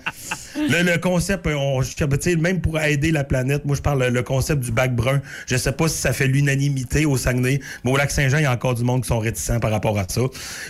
Speaker 10: Le, le concept, euh, on, je- tu sais, même pour aider la planète, moi, je parle le concept du bac brun. Je sais pas si ça fait l'unanimité au Saguenay, mais au Lac-Saint-Jean, il y a encore du monde qui sont réticents par rapport à ça.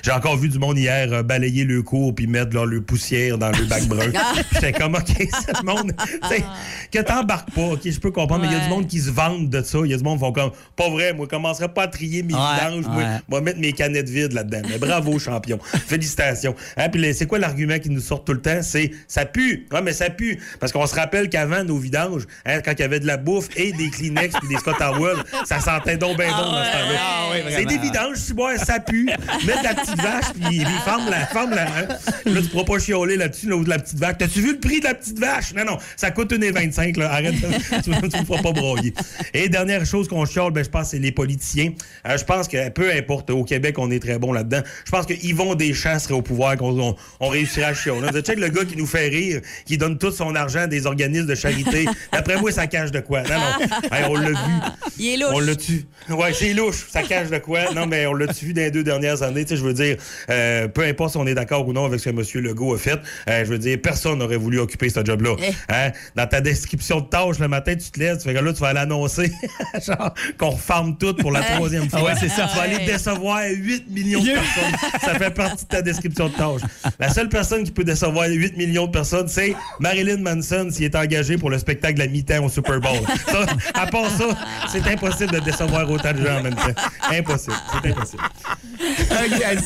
Speaker 10: J'ai encore vu du monde hier euh, balayer le cours puis mettre leur le poussière dans le bac brun. J'étais comme, OK, ce monde, tu sais, que t'embarques pas, OK, je peux comprendre, mais il y a du
Speaker 2: Ouais.
Speaker 10: monde qui se vendent de ça. Il y a du monde qui font comme, pas vrai, moi, je commencerai pas à trier mes
Speaker 1: Ouais,
Speaker 10: vidanges, moi,
Speaker 1: ouais.
Speaker 10: moi, mettre mes canettes vides là-dedans. Mais bravo, champion. Félicitations. Hein, puis les- c'est quoi l'argument qui nous sort tout le temps? C'est ça pue. Ouais, mais ça pue. Parce qu'on se rappelle qu'avant, nos vidanges, hein, quand il y avait de la bouffe et des Kleenex puis des Scott Towels, ça sentait donc ben bon dans ce temps-là.
Speaker 1: Ah ouais,
Speaker 10: c'est
Speaker 1: vraiment.
Speaker 10: des vidanges, tu bois, ça pue. Mets de la petite vache puis, puis ferme la. Ferme la hein. Là, tu pourras pas chialer là-dessus, là, de la petite vache. T'as-tu vu le prix de la petite vache? Non, non, ça coûte une et 25, là. Arrête, de- tu, tu me feras pas broyer. Et dernière chose qu'on chiale, ben, je pense, c'est les politiciens. Euh, je pense que peu importe, au Québec, on est très bon là-dedans. Je pense que Yvon Deschamps serait au pouvoir, qu'on on, on réussirait à chialer. Vous check le gars qui nous fait rire, qui donne tout son argent à des organismes de charité. D'après moi, ça cache de quoi? Non, non. Hey, on l'a vu.
Speaker 2: Il est
Speaker 10: On
Speaker 2: louche.
Speaker 10: l'a tu. Ouais, c'est louche. Ça cache de quoi? Non, mais on l'a tu vu dans les deux dernières années. Tu sais, je veux dire, euh, peu importe si on est d'accord ou non avec ce que M. Legault a fait, euh, je veux dire, personne n'aurait voulu occuper ce job-là.
Speaker 2: Eh.
Speaker 10: Hein? Dans ta description de tâche le matin, tu te lèves, tu fais que là, tu vas l'annoncer, genre, qu'on referme tout pour la
Speaker 2: Eh.
Speaker 10: troisième fois.
Speaker 1: ouais, c'est ça.
Speaker 10: Tu vas aller décevoir 8 millions de personnes. Ça fait partie de ta description de tâche. La seule personne qui peut décevoir 8 millions de personnes, c'est Marilyn Manson s'il est engagé pour le spectacle de la mi-temps au Super Bowl. Ça, à part ça, c'est impossible de décevoir autant de gens en même temps. Impossible. C'est impossible.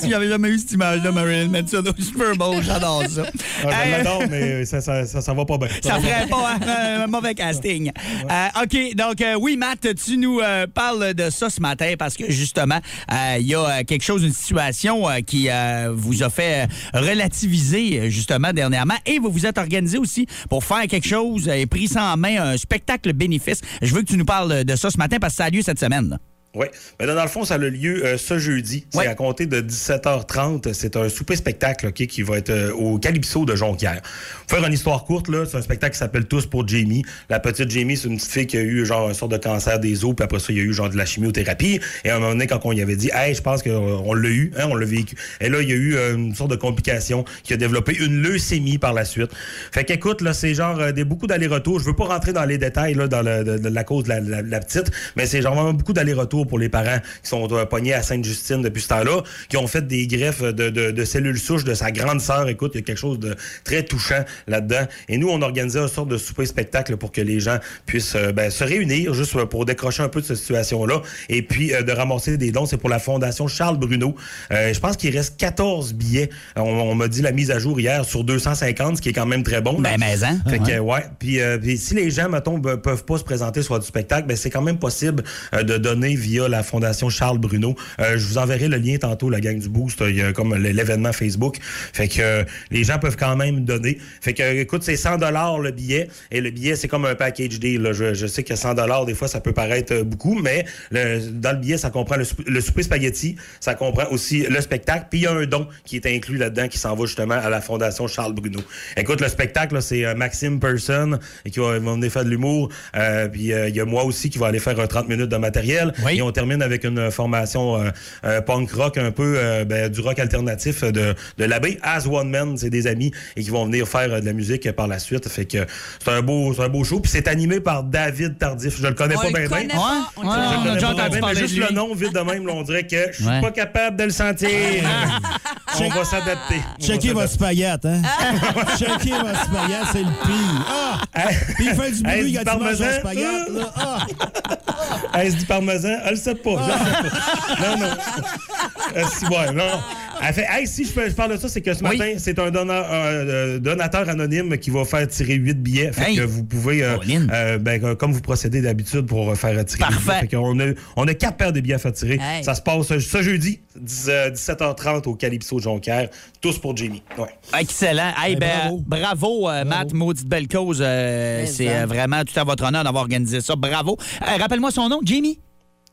Speaker 1: J'avais jamais eu cette image-là, Marilyn Manson au Super Bowl. J'adore ça.
Speaker 10: Ah, je
Speaker 1: Hey,
Speaker 10: l'adore, mais ça, ça, ça, ça va pas bien.
Speaker 1: Ça
Speaker 10: va
Speaker 1: ferait pas hein, un mauvais casting. Euh, OK, donc euh, oui, Matt, tu nous euh, parles de ça ce matin parce que justement, euh, il y a euh, quelque chose, une situation euh, qui euh, vous a fait euh, relativiser euh, justement dernièrement et vous vous êtes organisé aussi pour faire quelque chose euh, et pris ça en main, un spectacle bénéfice. Je veux que tu nous parles de ça ce matin parce que ça a lieu cette semaine. là.
Speaker 10: Oui. Mais là, dans le fond, ça a lieu euh, ce jeudi. C'est à compter de 17h30. C'est un souper-spectacle ok, qui va être euh, au Calypso de Jonquière. Pour faire une histoire courte, là, c'est un spectacle qui s'appelle Tous pour Jamie. La petite Jamie, c'est une petite fille qui a eu genre une sorte de cancer des os, puis après ça, il y a eu genre de la chimiothérapie. Et à un moment donné, quand on y avait dit, hey, je pense qu'on l'a eu, hein, on l'a vécu. Et là, il y a eu euh, une sorte de complication qui a développé une leucémie par la suite. Fait qu'écoute, là, c'est genre euh, des, beaucoup d'allers-retours. Je veux pas rentrer dans les détails là, dans le- de, de la cause de la, la- la petite, mais c'est genre vraiment beaucoup d'allers-retours pour les parents qui sont euh, pognés à Sainte-Justine depuis ce temps-là, qui ont fait des greffes de, de- de cellules souches de sa grande sœur. Écoute, il y a quelque chose de très touchant là-dedans. Et nous, on organisait un sorte de souper-spectacle pour que les gens puissent euh, ben, se réunir juste euh, pour décrocher un peu de cette situation-là et puis euh, de ramasser des dons. C'est pour la Fondation Charles Bruno. Euh, je pense qu'il reste 14 billets. On, on m'a dit la mise à jour hier sur 250, ce qui est quand même très bon.
Speaker 1: Ben, mais, hein?
Speaker 10: Fait que,
Speaker 1: Ouais.
Speaker 10: ouais. Puis, euh, puis si les gens, mettons, ne peuvent pas se présenter soit du spectacle, ben, c'est quand même possible euh, de donner via la Fondation Charles Bruno. Euh, je vous enverrai le lien tantôt, la gang du Boost. euh, Il y a comme l- l'événement Facebook. Fait que euh, les gens peuvent quand même donner. Fait que, euh, écoute, c'est 100 le billet. Et le billet, c'est comme un package deal. là. Je, je sais que 100 des fois, ça peut paraître euh, beaucoup, mais le- dans le billet, ça comprend le, soup- le souper spaghetti, ça comprend aussi le spectacle. Puis il y a un don qui est inclus là-dedans qui s'en va justement à la Fondation Charles Bruno. Écoute, le spectacle, là, c'est euh, Maxime Person et qui va, va venir faire de l'humour. Euh, puis euh, il y a moi aussi qui va aller faire un 30 minutes de matériel. Et on termine avec une formation euh, euh, punk rock, un peu euh, ben, du rock alternatif euh, de, de l'abbé As One Man. C'est des amis et qui vont venir faire euh, de la musique euh, par la suite. Fait que c'est un beau, c'est un beau show. Puis c'est animé par David Tardif. Je le connais
Speaker 2: On
Speaker 10: pas
Speaker 2: le
Speaker 10: bien.
Speaker 2: connaît
Speaker 10: bien.
Speaker 2: pas,
Speaker 10: Ouais,
Speaker 2: Ah, on
Speaker 10: je
Speaker 2: le connaît pas. On a
Speaker 10: le connais
Speaker 2: déjà
Speaker 10: pas
Speaker 2: entendu
Speaker 10: bien, mais
Speaker 2: parler de
Speaker 10: juste
Speaker 2: lui.
Speaker 10: le nom, vite de même, là, on dirait que je suis
Speaker 4: Ouais.
Speaker 10: pas capable de le sentir.
Speaker 2: Ah.
Speaker 10: on va s'adapter. On va
Speaker 4: Checkez votre spaghette, hein? Checkez votre spaghette, c'est le pire. Ah! Puis il fait du
Speaker 10: Hey,
Speaker 4: bruit
Speaker 10: du
Speaker 4: quand il mange son
Speaker 10: parmesan.
Speaker 4: spaghette, là. Ah!
Speaker 10: Est-ce du parmesan? Elle le sait pas. je le sais pas. Non, non. Euh, si, ouais, non. Elle fait, hey, si je, peux- je parle de ça, c'est que ce matin, c'est un donneur- euh, euh, donateur anonyme qui va faire tirer 8 billets. Fait
Speaker 1: Hey.
Speaker 10: que vous pouvez, euh, euh, ben, euh, comme vous procédez d'habitude, pour euh, faire tirer. les billets. Fait qu'on a, on a 4 paires de billets à faire tirer.
Speaker 2: Hey.
Speaker 10: Ça se passe ce, ce jeudi, 10, euh, 17h30 au Calypso Jonquière. Tous pour Jamie. Ouais.
Speaker 1: Excellent. Hey, ben, bravo, euh, Matt, maudite belle cause. euh,
Speaker 10: Mais
Speaker 1: c'est
Speaker 10: ça.
Speaker 1: euh, vraiment tout à votre honneur d'avoir organisé ça. Bravo. Euh, Rappelle-moi son nom, Jamie?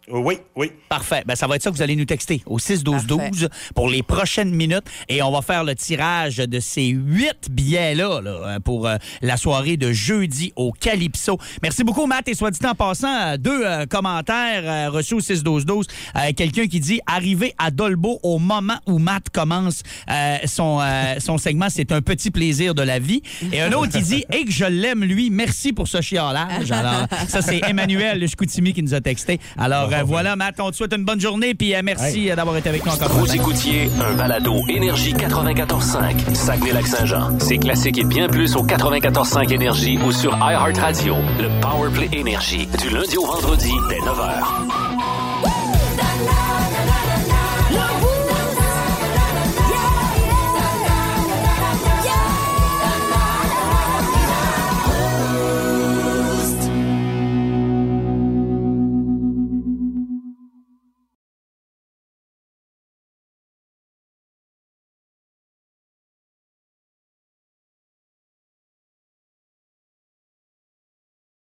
Speaker 10: Euh, Oui, oui.
Speaker 1: Parfait. Ben, ça va être ça que vous allez nous texter au 6-12-12 pour les prochaines minutes. Et on va faire le tirage de ces huit billets-là là, euh, pour euh, la soirée de jeudi au Calypso. Merci beaucoup, Matt. Et soit dit en passant, euh, deux euh, commentaires euh, reçus au 6-12-12. Euh, Quelqu'un qui dit « Arrivé à Dolbo au moment où Matt commence euh, son, euh, son segment, c'est un petit plaisir de la vie. » Et un autre qui dit « Et que je l'aime, lui. Merci pour ce chiolage. » Alors, ça, c'est Emmanuel Chicoutimi qui nous a texté. Alors, euh, voilà, Matt, on te souhaite une bonne journée, puis euh, merci euh, d'avoir été avec nous encore.
Speaker 5: Vous écoutiez un balado Énergie 94.5, Saguenay-Lac-Saint-Jean. C'est classique et bien plus au 94.5 Énergie ou sur iHeartRadio. Le Powerplay Énergie, du lundi au vendredi, dès 9h.